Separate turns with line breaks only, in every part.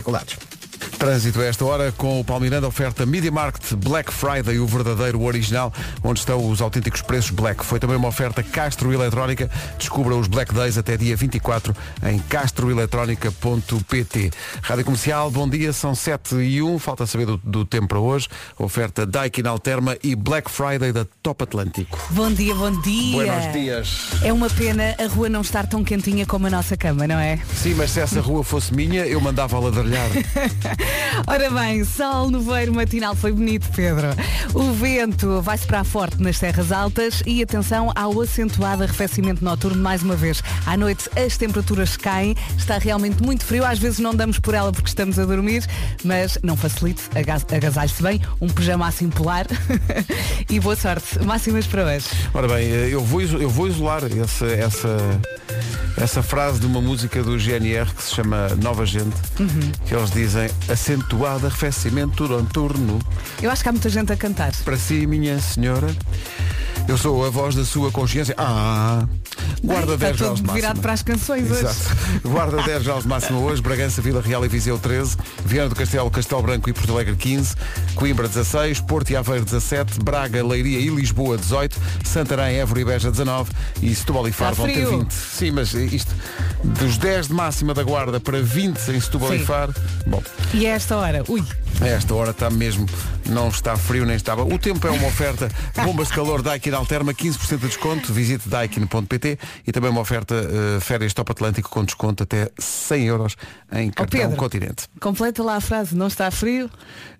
dificuldades.
Trânsito a esta hora com o Palmiranda oferta Media Market Black Friday, o verdadeiro original, onde estão os autênticos preços Black. Foi também uma oferta Castro Eletrónica. Descubra os Black Days até dia 24 em castroeletronica.pt. Rádio Comercial, bom dia, são 7 e 1, falta saber do, do tempo para hoje. Oferta Daikin Alterma e Black Friday da Top Atlântico.
Bom dia, bom dia.
Buenos dias.
É uma pena a rua não estar tão quentinha como a nossa cama, não é?
Sim, mas se essa rua fosse minha, eu mandava ladrilhar.
Ora bem, sol no veiro matinal foi bonito, Pedro. O vento vai soprar forte nas terras altas e atenção ao acentuado arrefecimento noturno mais uma vez. À noite as temperaturas caem, está realmente muito frio, às vezes não damos por ela porque estamos a dormir, mas não facilite, agas- agasalhe-se bem, um pijama assim polar e boa sorte. Máximas para hoje.
Ora bem, eh, eu vou, iso- eu vou isolar essa, essa, essa frase de uma música do GNR que se chama Nova Gente,
Uhum.
que eles dizem acentuado arrefecimento noturno
Eu acho que há muita gente a cantar.
para si, minha senhora. Eu sou a voz da sua consciência. Ah, guarda
Ai,
10
está
graus
todo
de máxima.
virado para as canções hoje.
Exato. Guarda 10 graus de máxima hoje, Bragança, Vila Real e Viseu 13, Viana do Castelo, Castelo Branco e Porto Alegre 15, Coimbra 16, Porto e Aveiro 17, Braga, Leiria e Lisboa 18, Santarém, Évora e Beja 19 e Setúbal e Faro
Está
vão ter
Tá frio.
20. Sim, mas isto, dos 10 de máxima da Guarda para 20 em Setúbal e
Sim.
Faro, bom,
E a esta hora, ui,
a esta hora está mesmo, não está frio nem estava. O tempo é uma oferta. Bombas de calor Daikin Alterma, 15% de desconto. Visite daikin.pt e também uma oferta eh, férias Top Atlântico com desconto até 100 euros em cartão
Pedro.
continente.
completa lá a frase, não está frio?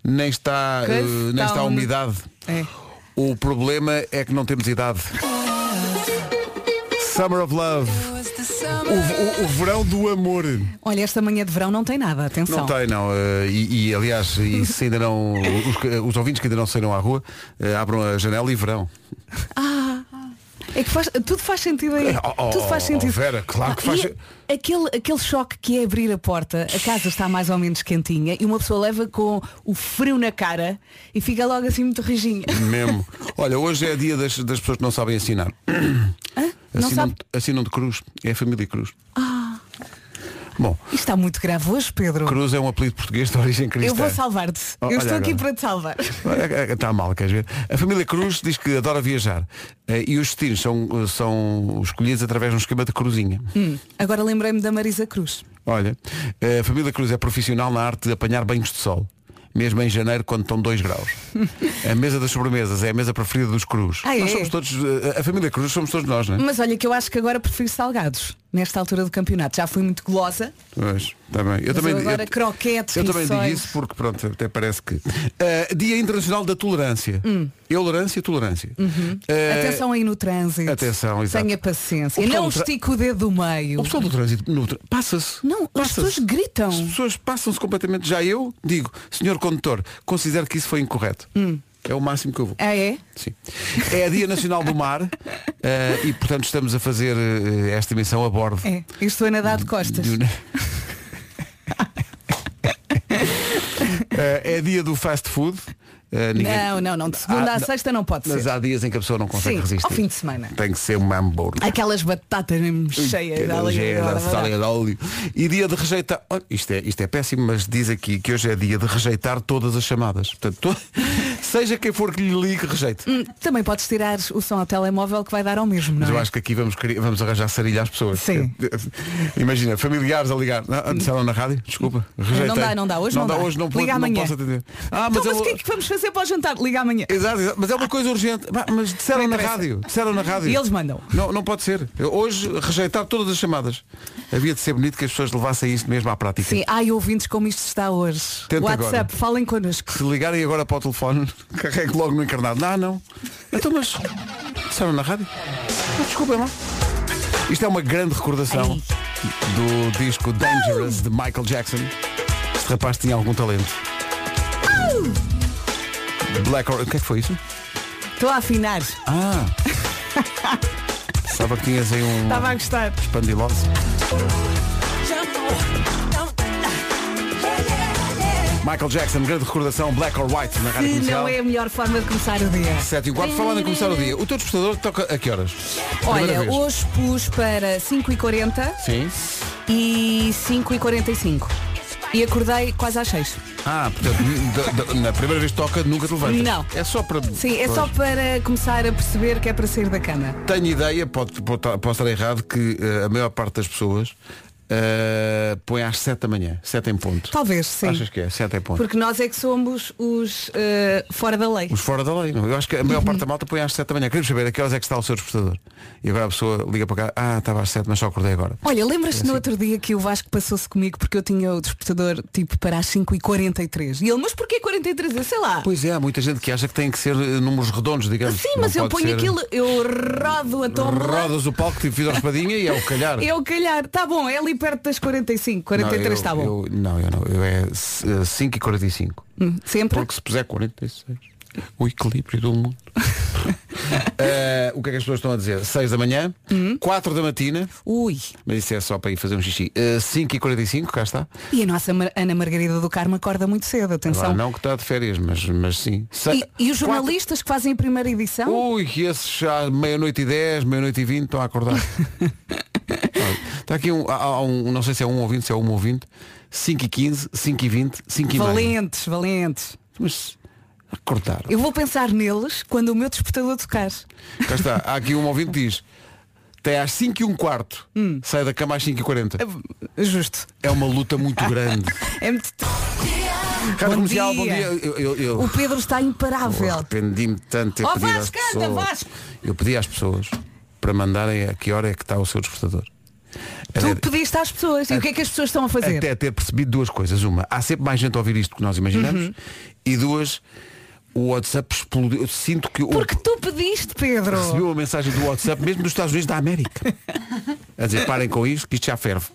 Nem está, eh,
Pois,
nem
está
está a
um-
umidade.
É.
O problema é que não temos idade. Summer of Love, o, o- o verão do amor.
Olha, esta manhã de verão não tem nada, atenção.
Não tem, não. Eh, e, e, aliás, e se ainda não. Os, que- eh, os ouvintes que ainda não saíram à rua, eh, abram a janela e verão.
É que faz- tudo faz sentido aí.
Oh, oh,
tudo faz
oh,
sentido.
Vera, claro que
Ah,
faz-
e Aquele, aquele choque que é abrir a porta, a casa está mais ou menos quentinha e uma pessoa leva com o frio na cara e fica logo assim muito rijinha.
Mesmo. Olha, hoje é dia das, das pessoas que não sabem assinar.
Não
assinam,
sabe? Ah.
assinam de cruz. É a família Cruz. Bom,
Isto está muito grave hoje, Pedro.
Cruz é um apelido português de origem cristã.
Eu vou salvar-te.
Oh,
Eu
olha
estou aqui
agora.
para te salvar.
Está mal, queres ver? A família Cruz diz que adora viajar eh, e os destinos são, eh, são escolhidos através de um esquema de cruzinha.
Hum, agora lembrei-me da Marisa Cruz.
Olha, eh, a família Cruz é profissional na arte de apanhar banhos de sol, mesmo em janeiro quando estão 2 graus. a mesa das sobremesas é a mesa preferida dos Cruz.
Ah,
nós
é?
somos todos, eh, a família Cruz somos todos nós, não é?
Mas olha que eu acho que agora prefiro salgados. Nesta altura do campeonato. Já fui muito golosa.
Pois, tá bem. Eu
Mas
também,
eu agora
eu,
croquetes,
eu também digo
rissóis.
isso porque pronto, até parece que. Eh, Dia Internacional da Tolerância. Eu tolerância, tolerância. Eh,
Hum. Uhum. Atenção aí no trânsito.
atenção, exato.
Tenha
O
paciência.
pessoal
Não
do tra-
estica o dedo do meio.
O pessoal do trânsito no tra- passa-se.
Não, as
Passa-se.
pessoas gritam.
As pessoas passam-se completamente. Já eu digo, senhor condutor, considero que isso foi incorreto.
Hum.
É o máximo que eu vou.
Ah, é?
Sim. É Dia Nacional do Mar eh, e, portanto, estamos a fazer eh, esta emissão a bordo.
É. Eu estou a nadar de costas.
de um- Eh, é dia do fast food. Eh, ninguém-
Não, não, não. De segunda
Ah,
à
não.
sexta não pode
Mas
ser.
há um dias em que a pessoa não consegue
Sim,
resistir.
ao fim de semana.
Tem que ser um hambúrguer.
Aquelas batatas mesmo cheias de
Aquela
alegria.
gela, sal e óleo. E dia de rejeitar. Olha, Isto é, isto é péssimo, mas diz aqui que hoje é dia de rejeitar todas as chamadas. Portanto, to- seja quem for que lhe ligue, rejeite.
Hum, Também podes tirar o som ao telemóvel que vai dar ao mesmo,
Mas
não
eu
é?
acho que aqui vamos, querer- vamos arranjar sarilha às pessoas.
Sim.
Imagina, familiares a ligar. Não, disseram na rádio? Desculpa. Rejeitei.
Não dá, não dá. Hoje não,
dá. Hoje não,
Liga
posso- não
amanhã.
posso atender. Ah,
então,
mas,
mas
eu-
o que é que vamos fazer para o jantar? Liga amanhã.
Exato, exato. mas é uma coisa urgente. Bah, Mas disseram
Não
na
interessa.
rádio. Disseram na rádio.
E eles mandam.
Não, não pode ser. Eu hoje rejeitar todas as chamadas. Havia de ser bonito que as pessoas levassem isto mesmo à prática.
Sim, ai ouvintes como isto está hoje.
Tenta
WhatsApp,
agora.
falem connosco.
Se ligarem agora para o telefone, carregue logo no encarnado. Não, não. Então, mas disseram na rádio? Ah, Desculpa, não. Isto é uma grande recordação do disco Dangerous de Michael Jackson. Este rapaz tinha algum talento. Black Or... O que é que foi isso?
Estou a afinar.
Ah! Estava que tinhas aí um
Estava a gostar.
espandiloso. Michael Jackson, grande recordação, Black or White na rádio
Que não
comercial.
é a melhor forma de começar o dia.
7 e 4, falando em começar o dia. O teu despertador toca a que horas? Primeira
Olha,
vez.
hoje pus para 5h40
Sim.
e 5h45. E, E acordei quase às seis.
Ah, portanto, da- da- na primeira vez que toca, nunca te levantas.
Não.
É só para.
Sim, é só para começar a perceber que é para sair da cama.
Tenho ideia, pode, pode estar- posso estar errado, que eh, a maior parte das pessoas eh, põe às 7 da manhã, 7 em ponto.
Talvez, sim.
Achas que é? 7 em ponto.
Porque nós é que somos os eh, fora da lei.
Os fora da lei. não? Eu acho que a
Uhum.
maior parte da malta põe às 7 da manhã. Queremos saber a que horas é que está o seu despertador. E agora a pessoa liga para cá, ah, estava às 7, mas só acordei agora.
Olha,
É
lembras-te
assim.
no outro dia que o Vasco passou-se comigo porque eu tinha o despertador tipo para as 5h43. E ele, mas porquê 43? Eu sei lá.
Pois é, há muita gente que acha que tem que ser eh, números redondos, digamos.
Sim,
Não
mas eu
pode
ponho
ser
aquilo, eu rodo a tombola.
Rodas o palco, tipo, fiz a espadinha e é o calhar.
Eu calhar, tá bom, é ali perto das 45, 43 está
não, eu-
tá bom.
eu- não, eu não. Eu é 5 e 45.
Hum, Sempre?
Porque se puser 46, o equilíbrio do mundo. Eh, o que é que as pessoas estão a dizer? 6 da manhã,
Hum.
4 da matina,
Ui.
mas isso é só para ir fazer um xixi. 5 e 45, cá está.
E a nossa Mar- Ana Margarida do Carmo acorda muito cedo,
Agora,
atenção.
não que está de férias, mas, mas sim. Se-
E, e os jornalistas que fazem a primeira edição?
Quatro... Ui, que esses já meia-noite e 10, meia-noite e 20 estão a acordar. Olha, Está aqui um, há- há um- não sei se é um ouvinte, se é um ouvinte, 5 e 15, 5 e 20, 5 e meia.
valentes, valentes.
Mas acordar.
Eu vou pensar neles quando o meu despertador tocar.
Cá está, há aqui um ouvinte que diz Até às 5 e um quarto
Hum.
Sai da cama às 5 e 40
Justo.
É uma luta muito grande
É muito...
Rádio
Bom
Comercial,
dia.
bom dia Eu, eu, eu-
O Pedro está
eu
imparável.
arrependi-me tanto de ter
Ó,
pedido às
Vasco, anda,
pessoas
Vasco.
Eu pedi às pessoas Para mandarem a que hora é que está o seu despertador
Tu
Até-
pediste às pessoas. E o que é que as pessoas estão a fazer?
Até ter percebido duas coisas Uma, há sempre mais gente a ouvir isto do que nós imaginamos
Uhum.
E duas o WhatsApp explodiu. Eu sinto que o-
Porque tu pediste, Pedro.
recebeu uma mensagem do WhatsApp, mesmo dos Estados Unidos da América. A dizer, parem com isto, que isto já ferve.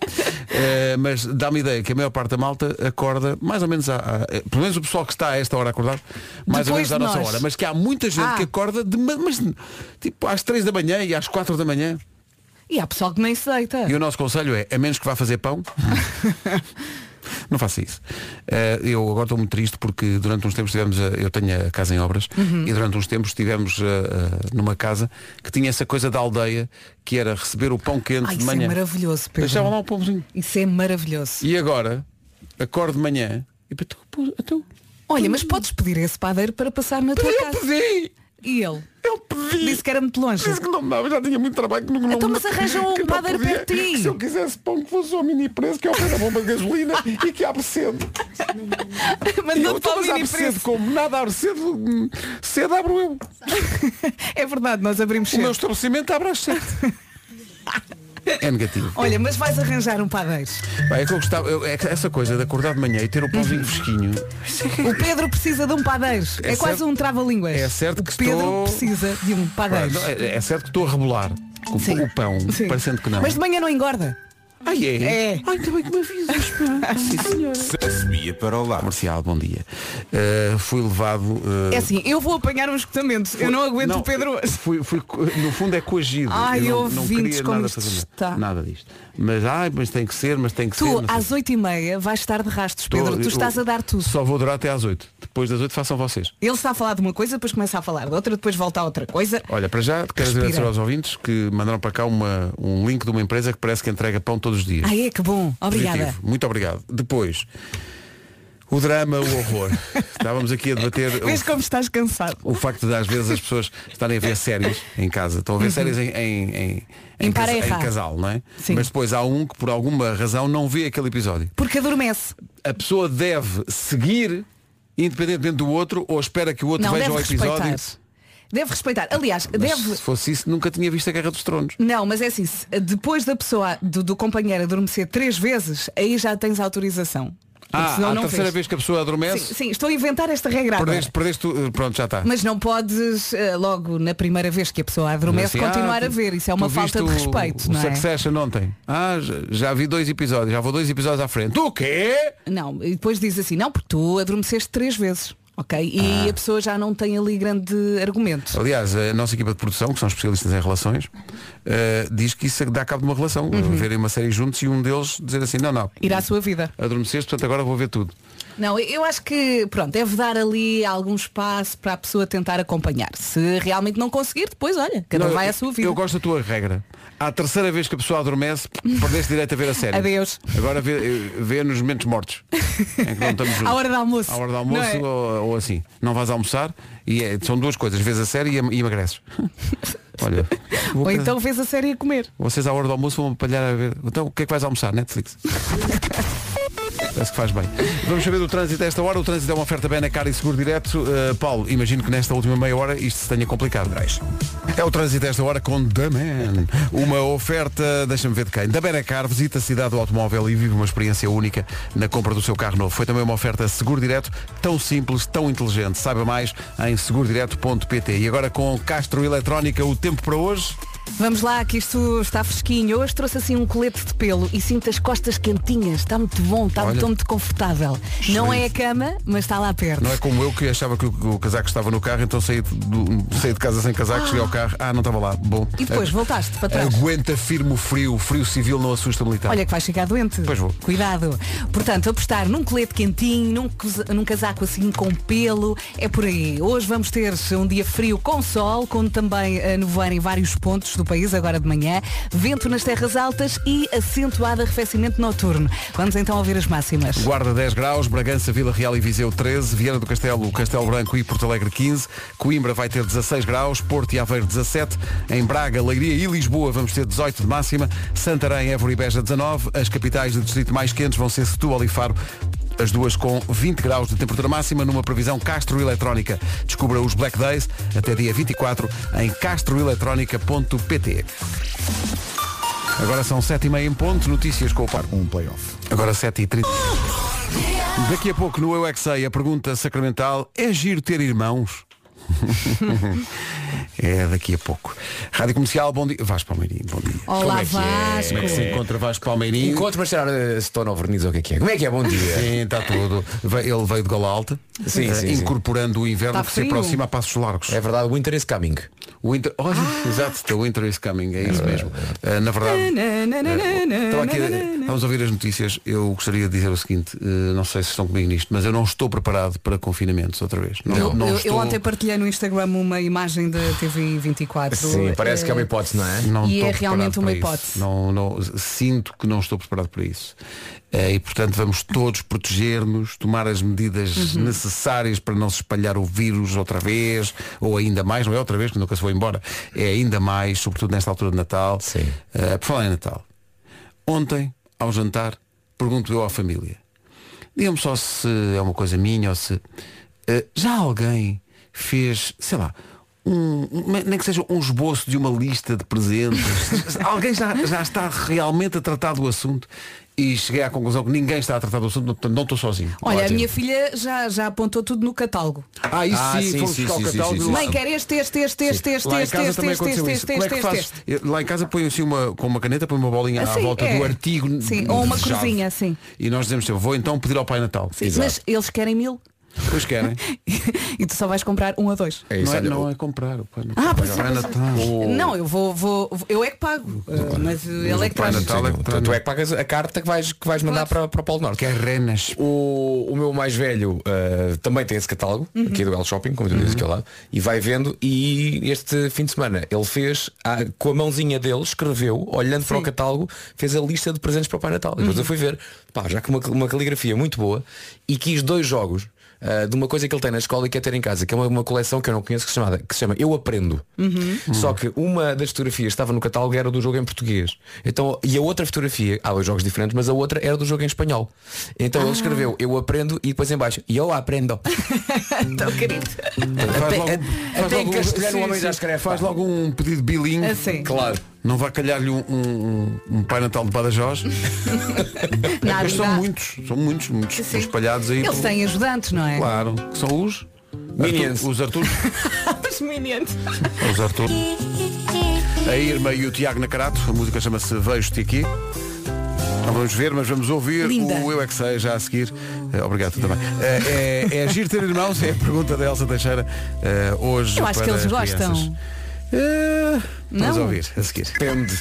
Eh, mas dá-me ideia que a maior parte da malta acorda mais ou menos à, à- eh, pelo menos o pessoal que está a esta hora a acordar, mais ou
Depois
menos à
de
nossa
nós.
hora. Mas que há muita gente
Ah.
que acorda de, ma- mas, tipo às 3 da manhã e às 4 da manhã.
E há pessoal que nem se deita.
E o nosso conselho é, a menos que vá fazer pão, não faça isso. Eh, eu agora estou muito triste porque durante uns tempos tivemos, a- eu tenho a casa em obras,
Uhum.
e durante uns tempos estivemos eh, eh, numa casa que tinha essa coisa da aldeia, que era receber o pão quente
Ah,
de
isso é
manhã.
maravilhoso, Pedro.
Deixava lá o pãozinho.
Isso é maravilhoso.
E agora, acordo de manhã, e pá, tu, pô, tu,
Olha, mas podes pedir a esse padeiro para passar na tua
eu
casa.
pedi,
E ele
eu pedi.
disse que era muito longe.
Disse que não me dava, já tinha muito trabalho que não, não
Então, mas arranjam um
que não
padeiro
podia,
perto de ti.
que Se eu quisesse pão que fosse ao mini preço, que é eu a bomba de gasolina e que abre cedo. E eu
Mandou-te
estou
para o
mas
mini
abre cedo
preço.
como nada abre cedo, hum, cedo abro eu.
É verdade, nós abrimos
O meu
cedo.
estabelecimento abre às sete. É negativo.
Olha, mas vais arranjar um padeiro.
Pá, é que eu gostava, eu- é que essa coisa de acordar de manhã e ter o
Uhum.
pãozinho fresquinho.
O Pedro precisa de um padeiro. É,
É
quase
certo-
um trava-línguas.
é certo que
o Pedro
estou-
precisa de um
Pá,
padeiro.
não, É, é certo que estou a rebolar com
Sim.
é o pão,
Sim.
parecendo que não.
Mas de manhã não engorda.
Ai, é?
É.
Ai, também que me avisas, pá. Sim, senhora.
Sabia para o lado.
Comercial, bom dia. Uh, fui levado. uh,
É assim, eu vou apanhar um esgotamento. Eu não aguento o Pedro. hoje.
Fui, fui co- no fundo é coagido.
Ai,
eu não, não
ouvintes,
queria
como
nada
isto
fazer.
está.
Nada disto. Mas, ai, mas tem que ser, mas tem que ser.
Tu,
não sei.
às oito e meia, vais estar de rastros, Pedro.
Tô-
tu estás
eu
a dar tudo.
Só vou durar até às 8. Depois das 8 façam vocês.
Ele está a falar de uma coisa, depois começa a falar de outra, depois volta a outra coisa.
Olha, para já quero
Respira.
agradecer aos ouvintes que mandaram para cá uma, um link de uma empresa que parece que entrega pão todos os dias.
Ai, é que bom. Obrigada.
Positivo. Muito obrigado. Depois, o drama, o horror. Estávamos aqui a debater.
Vês
o-
como estás cansado.
o facto de às vezes as pessoas estarem a ver séries em casa, estão a ver séries em, em, em,
Uhum. Em
casa-
pareja.
casal, não é?
Sim.
Mas depois há um que por alguma razão não vê aquele episódio.
Porque adormece.
A pessoa deve seguir independentemente do outro ou espera que o outro
Não,
veja
deve
o um episódio.
respeitar. Deve respeitar. Aliás,
Mas
deve.
Se fosse isso, nunca tinha visto a Guerra dos Tronos.
Não, mas é assim, se- depois da pessoa, do, do companheiro adormecer três vezes, aí já tens autorização. Porque
Ah,
senão
a
não
terceira
vês.
vez que a pessoa adormece,
Sim, sim, estou a inventar esta regra agora.
perdeste, perdeste, o- pronto, já está.
Mas não podes, eh, logo na primeira vez que a pessoa adormece,
Assim, ah,
continuar
tu-
a ver. Isso é uma
tu
falta de
viste o-
respeito,
o
não é?
Succession ontem. Ah, já, já vi dois episódios, já vou dois episódios à frente. O quê?
Não, e depois diz assim, não, porque tu adormeceste três vezes. Ok? E
Ah.
a pessoa já não tem ali grande argumento.
Aliás, a nossa equipa de produção, que são especialistas em relações, eh, diz que isso dá cabo de uma relação.
Uhum.
eh, Verem uma série juntos e um deles dizer assim, não, não,
Ir à sua vida.
adormeceste, portanto agora vou ver tudo.
Não, eu acho que, pronto, deve dar ali algum espaço para a pessoa tentar acompanhar. Se realmente não conseguir, depois, olha, cada um
Não,
vai
eu-
à sua vida.
Eu gosto da tua regra. à terceira vez que a pessoa adormece, perdeste direito a ver a série.
Adeus.
Agora vê, eh, vê nos momentos mortos. Em que não estamos juntos.
À hora do almoço.
À hora do almoço
Não é?
ou, ou assim. Não vais almoçar e é- são duas coisas. Vês a série e em- e emagreces. Olha. vou
Ou
casar.
então vês a série a comer.
Vocês à hora do almoço vão palhar a ver. Então o que é que vais almoçar? Netflix. Parece que faz bem. Vamos saber do trânsito a esta hora. O trânsito é uma oferta bem na cara e seguro direto. Uh, Paulo, imagino que nesta última meia hora isto se tenha complicado. É o trânsito a esta hora com The Man. Uma oferta, deixa-me ver de quem. Da Benacar, visita a cidade do automóvel e vive uma experiência única na compra do seu carro novo. Foi também uma oferta seguro direto, tão simples, tão inteligente. Saiba mais em segurodireto.pt. E agora com Castro Eletrónica, o tempo para hoje.
Vamos lá, que isto está fresquinho. Hoje trouxe assim um colete de pelo e sinto as costas quentinhas. Está muito bom, está
Olha.
muito, muito confortável. Não é a cama, mas está lá perto.
Não é como eu que achava que o o casaco estava no carro, então saí de, do- saí de casa sem casaco, cheguei ao carro, ah, não estava lá. Bom.
E depois
Ah,
voltaste para trás.
Aguenta firme o frio, o frio civil não assusta
Então.
militar.
Olha que vais ficar doente.
Pois vou.
Cuidado. Portanto, apostar num colete quentinho, num, cos- num casaco assim com pelo, é por aí. Hoje vamos ter um dia frio com sol, com também a nevoeiro em vários pontos do país, agora de manhã, vento nas terras altas e acentuado arrefecimento noturno. Vamos então ouvir as máximas.
Guarda 10 graus, Bragança, Vila Real e Viseu 13, Viana do Castelo, Castelo Branco e Porto Alegre 15, Coimbra vai ter 16 graus, Porto e Aveiro 17, em Braga, Leiria e Lisboa vamos ter 18 de máxima, Santarém, Évora e Beja 19, as capitais do distrito mais quentes vão ser Setúbal e Faro, as duas com 20 graus de temperatura máxima numa previsão Castro Eletrónica. Descubra os Black Days até dia 24 em castroeletronica.pt. Agora são 7h30 em ponto, notícias com o Parco.
Um playoff.
Agora 7h30. Daqui a pouco no Eu é que Sei, a pergunta sacramental é giro ter irmãos? é daqui a pouco. Rádio Comercial, bom dia. Vasco Palmeirinho, bom dia.
Olá,
Como é que é?
Vasco.
Como é que se encontra Vasco Palmeirinho?
Encontro para cheirar eh, se estou no verniz ou o que é que é. Como é que é? Bom dia.
Sim, está tudo. Ve- Ele veio de gola alta,
Sim,
eh,
sim, sim.
incorporando o inverno
Tá
que se
frio.
aproxima a passos largos.
É verdade, o Winter is coming.
O winter... Olha,
Ah.
exato, the winter is coming, é isso mesmo. Eh, na verdade, Estava aqui, a- vamos ouvir as notícias. Eu gostaria de dizer o seguinte, eh, não sei se estão comigo nisto, mas eu não estou preparado para confinamentos outra vez. Não,
Eu,
não
eu- eu
estou,
ontem partilhei no Instagram uma imagem da TV 24.
Sim, parece
eh,
que é uma hipótese, não é?
não
e
estou
é realmente
preparado
uma
para isso.
hipótese.
Não, não, sinto que não estou preparado para isso. Eh, E portanto vamos todos proteger-nos, tomar as medidas
Uhum.
necessárias para não se espalhar o vírus outra vez, ou ainda mais, não é outra vez, que nunca se foi embora, é ainda mais, sobretudo nesta altura de Natal.
Sim.
Eh, por falar em Natal, ontem, ao jantar, pergunto eu à família, digam-me só se é uma coisa minha ou se eh, já alguém fez, sei lá, um, um- nem que seja um esboço de uma lista de presentes. alguém já, já está realmente a tratar do assunto e cheguei à conclusão que ninguém está a tratar do assunto, portanto não estou sozinho.
Olha, a
Ótimo.
minha filha já, já apontou tudo no catálogo.
Ah, isso
Ah,
sim,
sim,
fomos
sim,
buscar o
sim, sim,
catálogo.
sim,
do-
sim.
Mãe, quer este, este, este, este, este,
Lá em
este,
casa
este,
também
este,
aconteceu
este,
isso.
este,
Como é que
este,
fazes?
este.
Eu- Lá em casa põe assim uma, com uma caneta, põe uma bolinha à
Assim,
volta
é.
do artigo.
Sim, ou uma
desejado.
cruzinha, sim.
E nós dizemos sempre, vou então pedir ao Pai Natal.
Sim, Mas eles querem mil
Pois querem.
e tu só vais comprar um a dois.
É
não, é,
olha,
não
o-
é comprar. O Pai Natal.
Ah,
Pai
pois é, pois é.
Natal.
Não, eu vou, vou, vou- eu é que pago. eh, mas ele é que
Pai
traz.
Natal é que
tu, tu é que pagas a carta que vais, que vais mandar para, para o Polo Norte. é
Carrenas.
O, o meu mais velho uh, também tem esse catálogo,
Uhum.
aqui do El Shopping, como tu dizes aqui ao lado, e vai vendo e este fim de semana ele fez, ah, com a mãozinha dele, escreveu, olhando para o catálogo, fez a lista de presentes para o Pai Natal. E
Uhum.
Depois eu fui ver, pá, já que uma, uma caligrafia muito boa e quis dois jogos. ah, de uma coisa que ele tem na escola e quer ter em casa, que é uma, uma coleção que eu não conheço que se, chamada, que se chama Eu Aprendo. Só que uma das fotografias que estava no catálogo era do jogo em português. Então, e a outra fotografia, há dois jogos diferentes, mas a outra era do jogo em espanhol. Então ele escreveu Eu Aprendo e depois em baixo Eu Aprendo.
Tão querido.
Faz
Até-
logo, um-
até
faz
em
logo- um
castelhano
sim,
o homem
sim.
já escreve,
Faz
pá.
logo um pedido bilingue.
Assim.
Claro.
Não vai calhar-lhe um, um- um Pai Natal de Badajoz.
Nada,
Mas são
nada.
muitos, são muitos, muitos
Ah, Sim.
espalhados aí.
Eles
pelo-
têm ajudantes, não é?
Claro, que são os.
Minions.
Arthur- os Artur.
Os minions.
Os Artur. A Irma e o Tiago Nacarato. A música chama-se Vejo-te aqui. Não vamos ver, mas vamos ouvir
Linda.
o Eu É Que Sei já a seguir. Eh, Obrigado também. Eh, É, é giro ter irmãos, é a pergunta da Elsa Teixeira eh, hoje.
Eu acho
para
que eles
as
gostam.
crianças. Eh, vamos
Não?
ouvir a seguir.
Depende.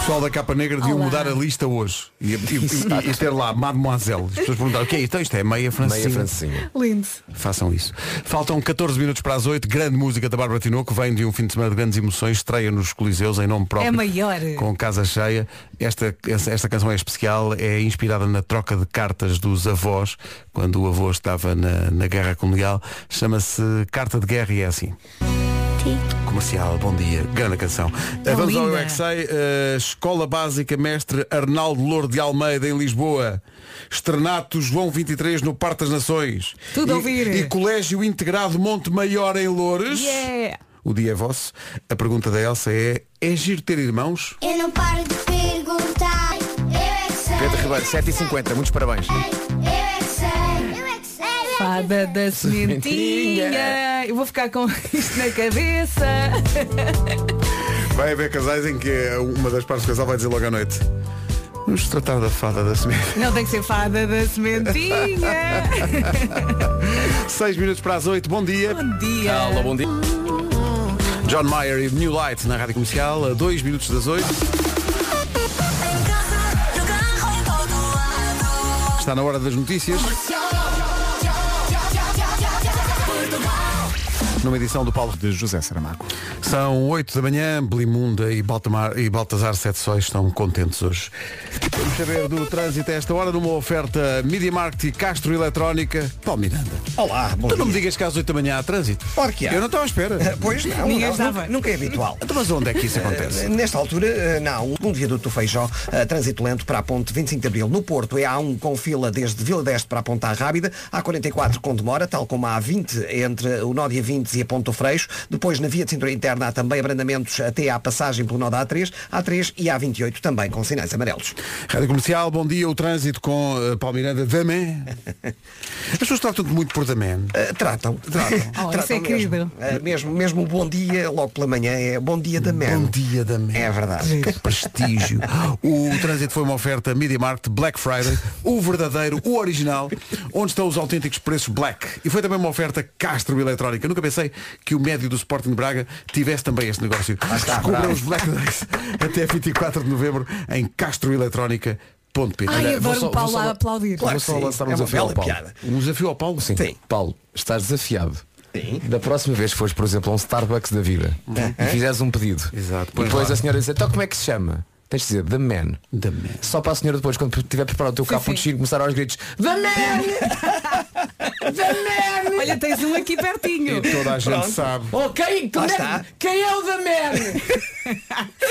pessoal da capa negra deviam
Olá.
mudar a lista hoje. E, e- e- e ter lá Mademoiselle. As pessoas perguntaram, o que é isto? Isto é meia francesinha.
Meia francinha.
Lindo.
Façam isso. Faltam 14 minutos para as 8. Grande música da Bárbara Tinoco. Vem de um fim de semana de grandes emoções. Estreia nos Coliseus em nome próprio.
É maior.
Com casa cheia. Esta, essa- esta canção é especial. É inspirada na troca de cartas dos avós. Quando o avô estava na, na guerra colonial. Chama-se Carta de Guerra e é assim. Comercial, bom dia, grande canção. Vamos ao Eu
linda.
é que Sei, eh, Escola Básica Mestre Arnaldo Louro de Almeida, em Lisboa. Externato João 23, no Parque das Nações.
Tudo
e,
a ouvir.
E Colégio Integrado Monte Maior, em Loures.
Yeah.
O dia é vosso. A pergunta da Elsa é, é giro ter irmãos?
Eu não paro de perguntar. Eu é que sei.
Pedro Ribeiro, 7h50, muitos parabéns.
Eu é que sei. Eu é que sei.
Fada da sementinha. Eu vou ficar com isto na cabeça.
Vai haver casais em que uma das partes do casal vai dizer logo à noite. Vamos tratar da fada da semana.
Não tem que ser fada da sementinha.
6 minutos para as 8, bom dia.
Bom dia.
Olá, bom dia.
John Mayer e New Light na Rádio Comercial, a 2 minutos das 8. Está na hora das notícias, numa edição do Paulo.
De José Saramago.
São 8 da manhã, Blimunda e, Baltamar, e Baltasar Sete Sóis estão contentes hoje. Vamos saber do trânsito a esta hora numa oferta Media Market e Castro Eletrónica. Paulo Miranda,
Olá, bom
tu Então não me
dia.
digas que às 8 da manhã há trânsito?
Claro que há.
Eu não estava à espera.
Pois não,
Ninguém
não,
estava.
nunca- nunca é habitual.
Então, Mas onde é que isso acontece?
Eh, Nesta altura, eh, não. O segundo viaduto do Feijó, eh, trânsito lento para a ponte 25 de Abril. No Porto é A1 com fila desde Vila Deste para a ponta à Rábida, A44 com demora, tal como a A20 entre o nó de A20 e a ponte do Freixo. Depois, na via de cintura interna, há também abrandamentos até à passagem pelo nó da A3, A3 e A28 também com sinais amarelos.
Rádio Comercial, bom dia, o trânsito com uh, Paulo Miranda, Daman. As pessoas tratam-te muito por Daman.
Eh, tratam, tratam.
Oh,
tratam
isso é
mesmo.
querido.
Eh, mesmo, mesmo o bom dia, logo pela manhã, é bom dia da merda.
Bom dia da merda.
É verdade.
Que prestígio. O trânsito foi uma oferta Media Market Black Friday, o verdadeiro, o original, onde estão os autênticos preços black. E foi também uma oferta Castro Eletrónica. Nunca pensei que o médio do Sporting de Braga tivesse também este negócio.
está,
Descubra
bravo.
os Black Days até 24 de novembro em castroeletronica.pt.
Ai,
Olha,
adoro
só-
o Paulo
vou só-
a aplaudir.
Vou
Claro
só
que sim.
lançar um
É uma
desafio ao
bela
Paulo.
piada.
Um desafio ao Paulo?
Sim.
Sim.
Paulo, estás desafiado.
Sim. Uhum.
Da próxima vez que fores, por exemplo, a um Starbucks da vida e fizeres um pedido.
Exato,
E
pões
depois
lá.
a senhora diz, então como é que se chama? Tens de dizer The Man.
The Man.
Só para a senhora depois, quando tiver preparado o teu cappuccino, começar aos gritos The Man!
Olha, tens um aqui pertinho.
Toda a gente sabe.
Oh, quem,
Lá
como é-
está.
quem é o The Man?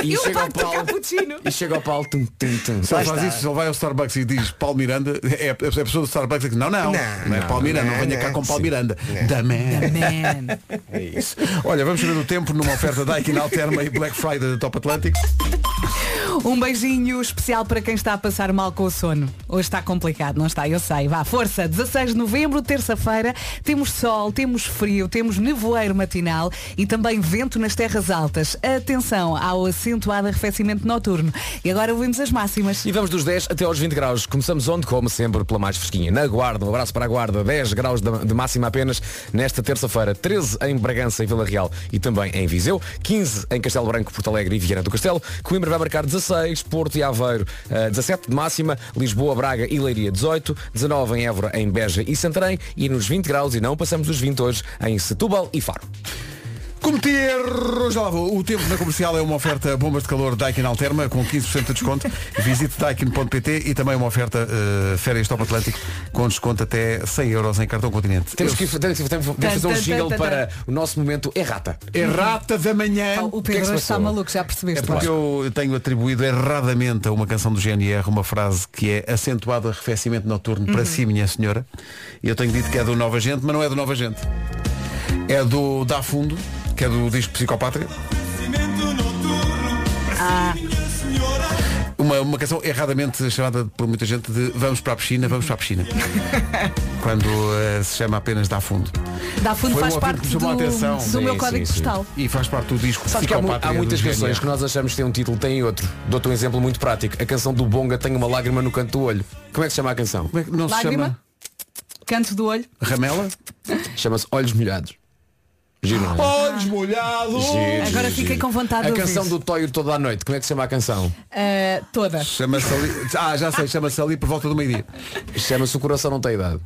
e,
Eu
chega ao
pago-te o
Paulo,
um cappuccino.
e chega ao Paulo tum, tum, tum.
Se ele
Lá
faz
está.
isso, se ele vai ao Starbucks e diz Paulo Miranda, é a é a pessoa do Starbucks que diz, não, não, não,
Não,
é
não,
Paulo Miranda, não
não,
venha
não. é.
cá com Paulo Miranda. Da merda.
Man.
É Olha, vamos saber do tempo numa oferta Daikin Alterma e Black Friday da Top Atlântico.
Um beijinho especial para quem está a passar mal com o sono. Hoje está complicado, não está? Eu sei. Vá, força. 16 de novembro, terça-feira, temos sol, temos frio, temos nevoeiro matinal e também vento nas terras altas. Atenção ao acentuado arrefecimento noturno. E agora ouvimos as máximas.
E vamos dos 10 até aos 20 graus. Começamos onde? Como sempre, pela mais fresquinha. Na Guarda, um abraço para a Guarda. 10 graus de, de máxima apenas nesta terça-feira. 13 em Bragança e Vila Real e também em Viseu. 15 em Castelo Branco, Porto Alegre e Viana do Castelo. Coimbra vai marcar 16, Porto e Aveiro eh, 17 de máxima. Lisboa, Braga e Leiria 18. 19 em Évora, em Beja e Santarém. E nos 20 graus, e não passamos dos 20 hoje, em Setúbal e Faro.
Cometi erros, já lá vou. O tempo na comercial é uma oferta bombas de calor Daikin Alterma com 15% de desconto. Visite daikin.pt e também uma oferta eh, férias Top Atlântico com desconto até 100 euros em cartão continente.
Temos que, temos que- temos que fazer um jingle para o nosso momento errata.
Errata É da manhã.
Oh, o
que é que se
Pedro hoje
passou?
está maluco, já percebeste?
É porque eu tenho atribuído erradamente a uma canção do GNR uma frase que é acentuado arrefecimento noturno para si, minha senhora. E eu tenho dito que é do Nova Gente, mas não é do Nova Gente. É do Da Fundo, que é do disco Psicopátria. Uma, uma canção erradamente chamada por muita gente de Vamos para a piscina, vamos para a piscina. Quando eh, se chama apenas Da Fundo.
Dá fundo
Foi um
faz
ouvinte
parte
que
do,
me chamou a atenção.
do meu
Sim,
código
sim, sim.
postal.
E faz parte do disco
Sabe que há, mu-
Psicopátria.
há muitas
do
canções
GNR.
que nós achamos que têm um título, têm outro. Dou-te um exemplo muito prático. A canção do Bonga tem uma lágrima no canto do olho. Como é que se chama a canção?
Como é que não se
Lágrima?
chama?
Canto do olho.
Ramela?
Chama-se Olhos Molhados. Giro, não é?
Olhos molhados.
Giro,
Agora
giro,
fiquei
giro.
com vontade
A
de
canção
ouvir.
do Toyo toda a noite, como é que se chama a canção?
Ah, toda.
Chama-se ali. Ah, já sei, chama-se ali por volta do meio-dia.
Chama-se O Coração Não Tem Idade.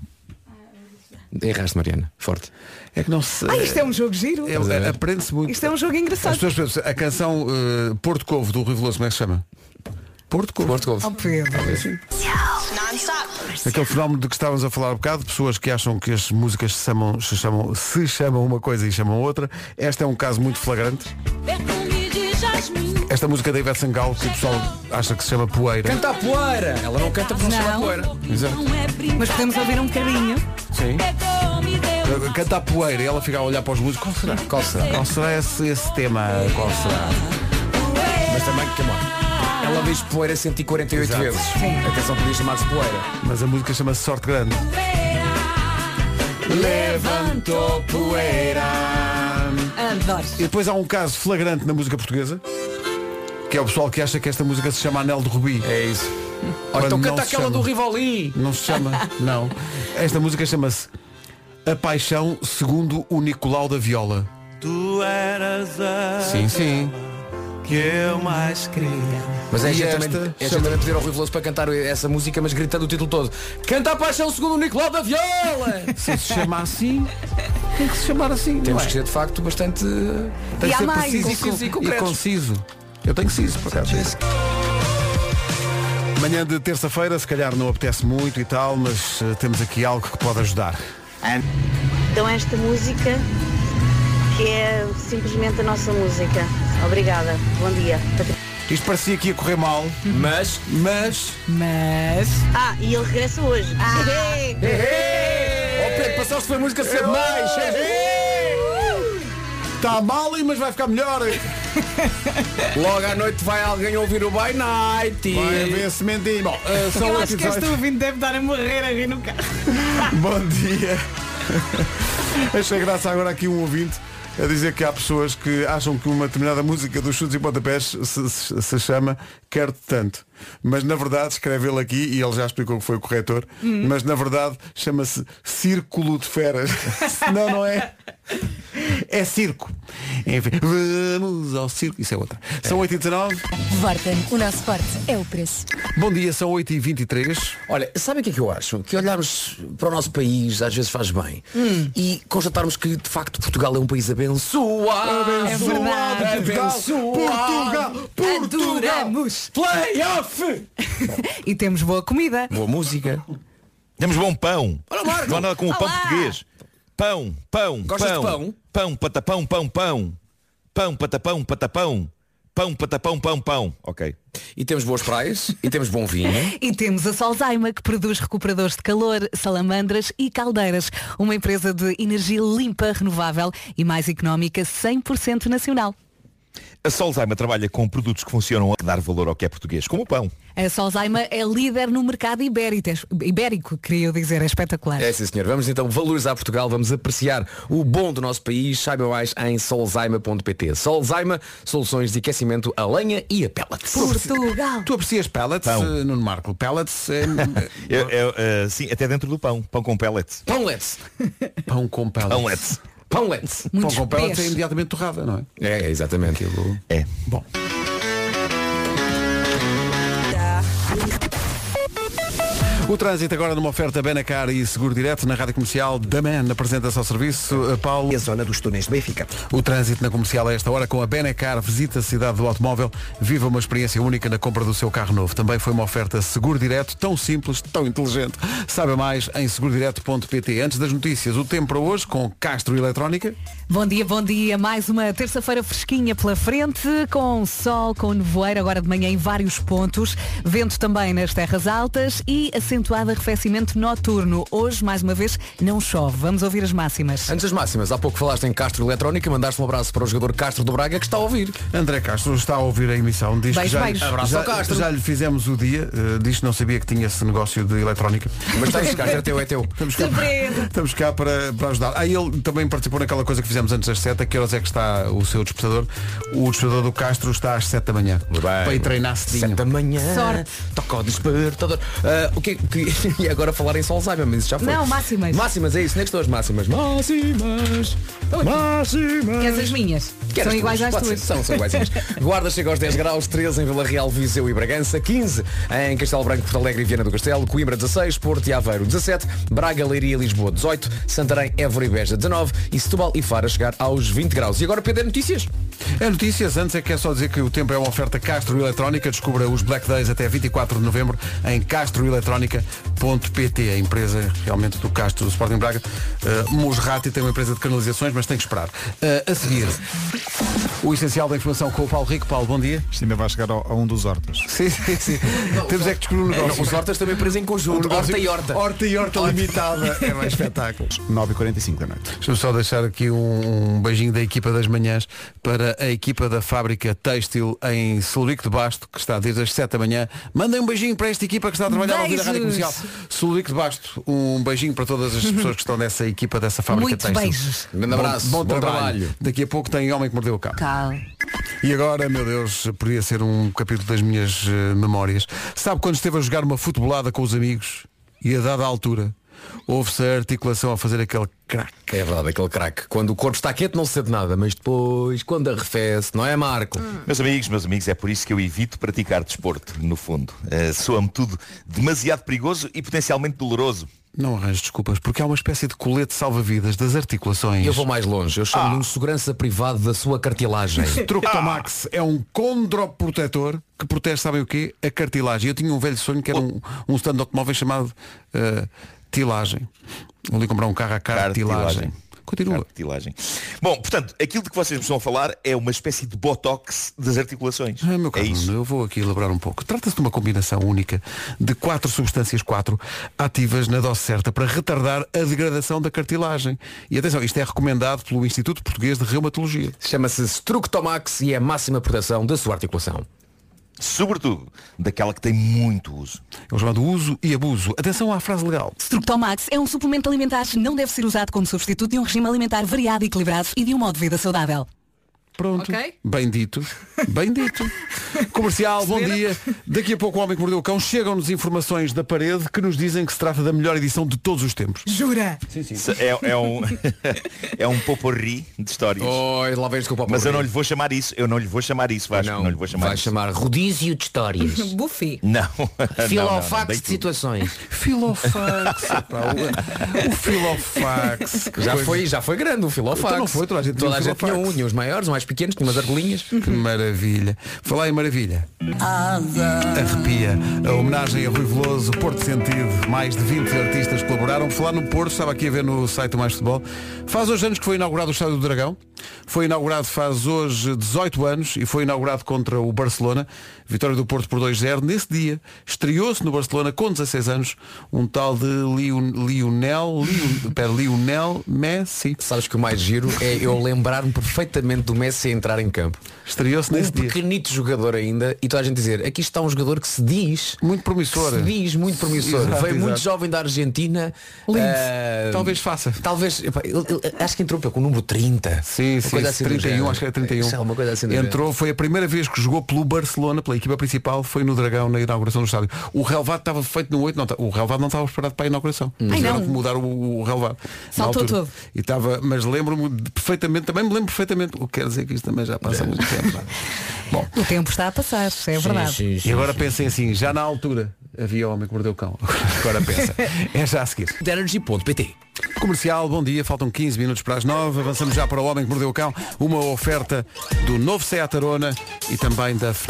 Erraste, Mariana. Forte.
É que não se.
Ah, isto é um jogo giro.
é- é- Aprende-se muito.
Isto é um jogo
As
engraçado.
pessoas pensam, a canção eh, Porto Covo do Rui Veloso, como é que se chama? Porto Covo.
Porto Couve.
Oh, Pedro.
Aquele fenómeno de que estávamos a falar há bocado, pessoas que acham que as músicas se chamam, se chamam, se chamam uma coisa e chamam outra. Este é um caso muito flagrante. Esta música da Ivete Sangal, que o pessoal acha que se chama Poeira.
Canta a poeira! Ela não canta porque não chama a
Não.
poeira.
é
Mas podemos ouvir um bocadinho.
Canta a Poeira e ela fica a olhar para os músicos. Qual será?
Qual será?
Qual será esse, esse tema? Qual será?
Mas também, come on. Ela diz poeira 148
Exato.
vezes. A canção podia chamar-se poeira.
Mas a música chama-se Sorte Grande. Levantou poeira.
Adoro.
E depois há um caso flagrante na música portuguesa que é o pessoal que acha que esta música se chama Anel de Rubi.
É isso.
Quando
então
não
canta
se
aquela
chama.
do Rivoli.
Não se chama, não. Esta música chama-se A Paixão segundo o Nicolau da Viola.
Tu eras a
Sim, sim.
que eu mais queria.
Mas é
E
gente
esta
também, é
chama-
gente também pedir ao Rui Veloso para cantar essa música, mas gritando o título todo. Canta a paixão segundo o Nicolau da Viola!
Se se chama assim, tem que se chamar assim. não
Temos
é?
que ser de facto bastante. eh,
Tem
E
que
há
ser
mais.
preciso e,
Conciso e
con- e
concreto.
conciso. Eu tenho ciso, por acaso. Manhã de terça-feira, se calhar não apetece muito e tal, mas eh, temos aqui algo que pode ajudar.
Então esta música que é simplesmente a nossa música. Obrigada. Bom dia.
Isto parecia que ia correr mal,
Mas.
mas
Mas.
Ah, e ele regressa hoje. Ah.
Oh Pedro, passaste foi música
é
cedo mais! é,
está Tá mal, mas vai ficar melhor.
Logo à noite vai alguém ouvir o By Night!
Vai haver sementinho. Bom, eh, são
Eu
8
acho
e
que este
18.
ouvinte deve estar a morrer a rir no carro.
Bom dia. Achei graça agora aqui um ouvinte a dizer que há pessoas que acham que uma determinada música dos chutes e pontapés se, se- se chama Quero Tanto. Mas na verdade, escreve ele aqui, e ele já explicou que foi o corretor, mas na verdade chama-se Círculo de Feras. Senão não é. É circo. Enfim, vamos ao circo. Isso é outra. São 8h19.
Vorten, o nosso forte é o preço.
Bom dia, são 8h23.
Olha, sabe o que é que eu acho? Que olharmos para o nosso país às vezes faz bem. E constatarmos que de facto Portugal é um país abençoado.
É verdade.
Abençoado.
Portugal! Portugal!
Adoramos.
Playoff!
E temos boa comida.
Boa música.
Temos bom pão.
Olha o Marco.
Não há nada como o pão
Olá.
português. Pão, pão,
Gostas de
pão.
pão?
Pão, patapão, pão, pão. Pão, patapão, patapão. Pão, patapão, pão, pão. Ok.
E temos boas praias, e temos bom vinho.
E temos a Solzaima, que produz recuperadores de calor, salamandras e caldeiras. Uma empresa de energia limpa, renovável e mais económica 100% nacional.
A Solzaima trabalha com produtos que funcionam a dar valor ao que é português, como o pão.
A Solzaima é líder no mercado ibérico, ibérico queria eu dizer, é espetacular.
É sim senhor, vamos então valorizar Portugal, vamos apreciar o bom do nosso país, saiba mais em solzaima.pt. Solzaima, soluções de aquecimento a lenha e a pellets.
Portugal!
Tu aprecias pellets, eh, Nuno Marco? Pellets é
Eu- eu, eh, sim, até dentro do pão. Pão com pellet.
Pãolets!
pão com pellets.
Pãolets.
Pãolets!
Pão
Muitos
com pellets é
peixes.
imediatamente torrada, não é?
É, é, exatamente.
É.
Bom. O trânsito agora numa oferta Benacar e Seguro Direto na Rádio Comercial da Man. Apresenta-se ao serviço. Eh, Paulo,
E a zona dos túneis de Benfica.
o trânsito na comercial a esta hora com a Benacar. Visita a cidade do automóvel. Viva uma experiência única na compra do seu carro novo. Também foi uma oferta Seguro Direto, tão simples, tão inteligente. Saiba mais em segurodireto.pt. Antes das notícias, o tempo para hoje com Castro Eletrónica.
Bom dia, bom dia. Mais uma terça-feira fresquinha pela frente, com sol, com nevoeiro, agora de manhã em vários pontos, vento também nas terras altas e acentuado arrefecimento noturno. Hoje, mais uma vez, não chove. Vamos ouvir as máximas.
Antes das máximas, há pouco falaste em Castro Eletrónica, mandaste um abraço para o jogador Castro do Braga que está a ouvir.
André Castro está a ouvir a emissão, diz
Beijo,
que já,
beijo.
Abraço
já,
ao Castro.
já lhe fizemos o dia, eh, diz que não sabia que tinha esse negócio de eletrónica.
Mas está a chegar, é teu, é teu.
Estamos cá,
Surpresa.
estamos cá para, para ajudar. Aí ele Ah, também participou naquela coisa que fizemos fizemos antes das 7, a que horas é que está o seu despertador? O despertador do Castro está às 7 da manhã. Para ir treinar cedinho.
Sete da manhã.
Sorte.
Toca o despertador. Ah, o que, que- e agora falar em Solzheimer, mas isso já foi.
Não, máximas.
Máximas, é isso. Onde é que estão as máximas? Máximas. Máximas.
Queres as minhas?
Queres
São iguais
tuas?
às
Pode
tuas.
ser, São, são iguais. Guarda chega aos 10 graus, 13 em Vila Real, Viseu e Bragança, 15 em Castelo Branco, Porto Alegre e Viana do Castelo, Coimbra 16, Porto e Aveiro 17, Braga, Leiria e Lisboa 18, Santarém, Évora e Beja 19 e Setúbal e Faro a chegar aos 20 graus. E agora Pedro Notícias.
É notícias, antes é que é só dizer que o tempo é uma oferta Castro Eletrónica. Descubra os Black Days até 24 de novembro em castroeletrónica.pt. A empresa realmente do Castro do Sporting Braga. Uh, Mosrati tem uma empresa de canalizações, mas tem que esperar. Uh, a seguir, o essencial da informação com o Paulo Rico. Paulo, bom dia.
Isto ainda vai chegar ao- a um dos hortas.
Sim, sim, sim. Temos é que descobrir um negócio.
Os hortas também presos em conjunto. Horta e horta.
Horta e horta limitada. É mais espetáculo.
9h45 da noite.
Deixa-me só deixar aqui um, um beijinho da equipa das manhãs para a equipa da fábrica têxtil em Solurico de Basto, que está desde as 7 da manhã. Mandem um beijinho para esta equipa que está a trabalhar lá na Rádio
Beijos.
Comercial. Solurico de Basto, um beijinho para todas as pessoas que estão nessa equipa dessa fábrica
Muitos
têxtil.
beijos.
Um
Tá.
Grande abraço,
Bom, bom
bom
trabalho.
trabalho.
Daqui a pouco tem Homem que Mordeu o Cabo.
Cal.
E agora, meu Deus, podia ser um capítulo das minhas eh, memórias. Sabe quando esteve a jogar uma futebolada com os amigos e a dada altura houve-se a articulação a fazer aquele crack?
É verdade, aquele craque. Quando o corpo está quieto não se sente nada, mas depois, quando arrefece, não é Marco?
Hum.
Meus amigos, meus amigos, é por isso que eu evito praticar desporto, no fundo. Eh, Soa-me tudo demasiado perigoso e potencialmente doloroso.
Não arranjo desculpas, porque há uma espécie de colete salva-vidas das articulações.
Eu vou mais longe, eu chamo-lhe um segurança privado da sua cartilagem.
Ah!
Tructomax é um condroprotetor que protege, sabem o quê? A cartilagem. Eu tinha um velho sonho
Oh.
que era um, um stand de automóvel chamado ah, tilagem. Vou ali comprar um carro à cartilagem.
Cartilagem.
Continua.
Cartilagem. Bom, portanto, aquilo de que vocês me estão a falar é uma espécie de botox das articulações.
Ah, meu caro,
é isso.
eu vou aqui elaborar um pouco. Trata-se de uma combinação única de quatro substâncias, quatro, ativas na dose certa para retardar a degradação da cartilagem. E atenção, isto é recomendado pelo Instituto Português de Reumatologia.
Chama-se Structomax e é a máxima proteção da sua articulação.
Sobretudo daquela que tem muito uso.
É o chamado uso e abuso. Atenção à frase legal.
Structomax é um suplemento alimentar que não deve ser usado como substituto de um regime alimentar variado, equilibrado e de um modo de vida saudável.
Pronto.
Ok.
Bem dito. Bem dito. Comercial, bom dia. Daqui a pouco o Homem que Mordeu o Cão chegam-nos informações da parede que nos dizem que se trata da melhor edição de todos os tempos.
Jura?
Se- É, é um, é um poporri de histórias.
Oh, lá vens com o papo.
Mas eu não lhe vou chamar isso, eu não lhe vou chamar isso, Vasco, não, lhe vou chamar
vai
isso.
chamar rodízio de histórias.
Buffet.
Não. Não, Ah, não, não,
Filofax
dei
de
tudo.
situações.
Filofax. pá, o, o filofax. que
Já
coisa.
foi, já foi grande o filofax.
Então não foi, toda a gente tinha um
tinha
filofax.
um, tinha os maiores, os mais pequenos, tinha umas argolinhas.
Que maravilha. Falar em maravilha. Arrepia. A homenagem a Rui Veloso, Porto Sentido. Mais de 20 artistas colaboraram. Falar no Porto, estava aqui a ver no site do Mais Futebol. Faz hoje anos que foi inaugurado o Estádio do Dragão. Foi inaugurado faz hoje 18 anos e foi inaugurado contra o Barcelona. Vitória do Porto por 2-0. Nesse dia, estreou-se no Barcelona com 16 anos um tal de Lion- Lionel, Lion- pera, Lionel Messi.
Sabes que o mais giro é eu lembrar-me perfeitamente do Messi a entrar em campo.
Estreou-se
Um
nesse dia.
pequenito jogador ainda e toda a gente dizer, aqui está um jogador que se diz
Muito
que
promissor.
se diz muito promissor.
Exato,
Veio muito
exato.
jovem da Argentina.
Lindo.
Ah,
Talvez faça.
Talvez, epá, ele- ele- acho que entrou pelo com o número 30.
Sim,
Uma
sim,
coisa assim do
31,
género.
acho que era 31.
Sei lá, uma coisa assim do género.
Entrou, foi a primeira vez que jogou pelo Barcelona, pela equipa principal, foi no Dragão, na inauguração do estádio. O relvado estava feito no 8, não, ta- o relvado não estava preparado para a inauguração.
Hum.
Tiveram
não.
que mudar o, o relvado. na
Saltou
altura.
todo.
E estava, mas lembro-me de- perfeitamente, também me lembro perfeitamente, o que quer dizer que isto também já passa há muito tempo. não é? Bom,
O tempo está a passar, é verdade.
e agora pensem assim, já na altura havia homem que mordeu o cão. Agora pensa. É já a seguir.
Energy.pt
Comercial, bom dia, faltam 15 minutos para as 9, avançamos já para o Homem que Mordeu o Cão, uma oferta do novo Seat Arona e também da... F-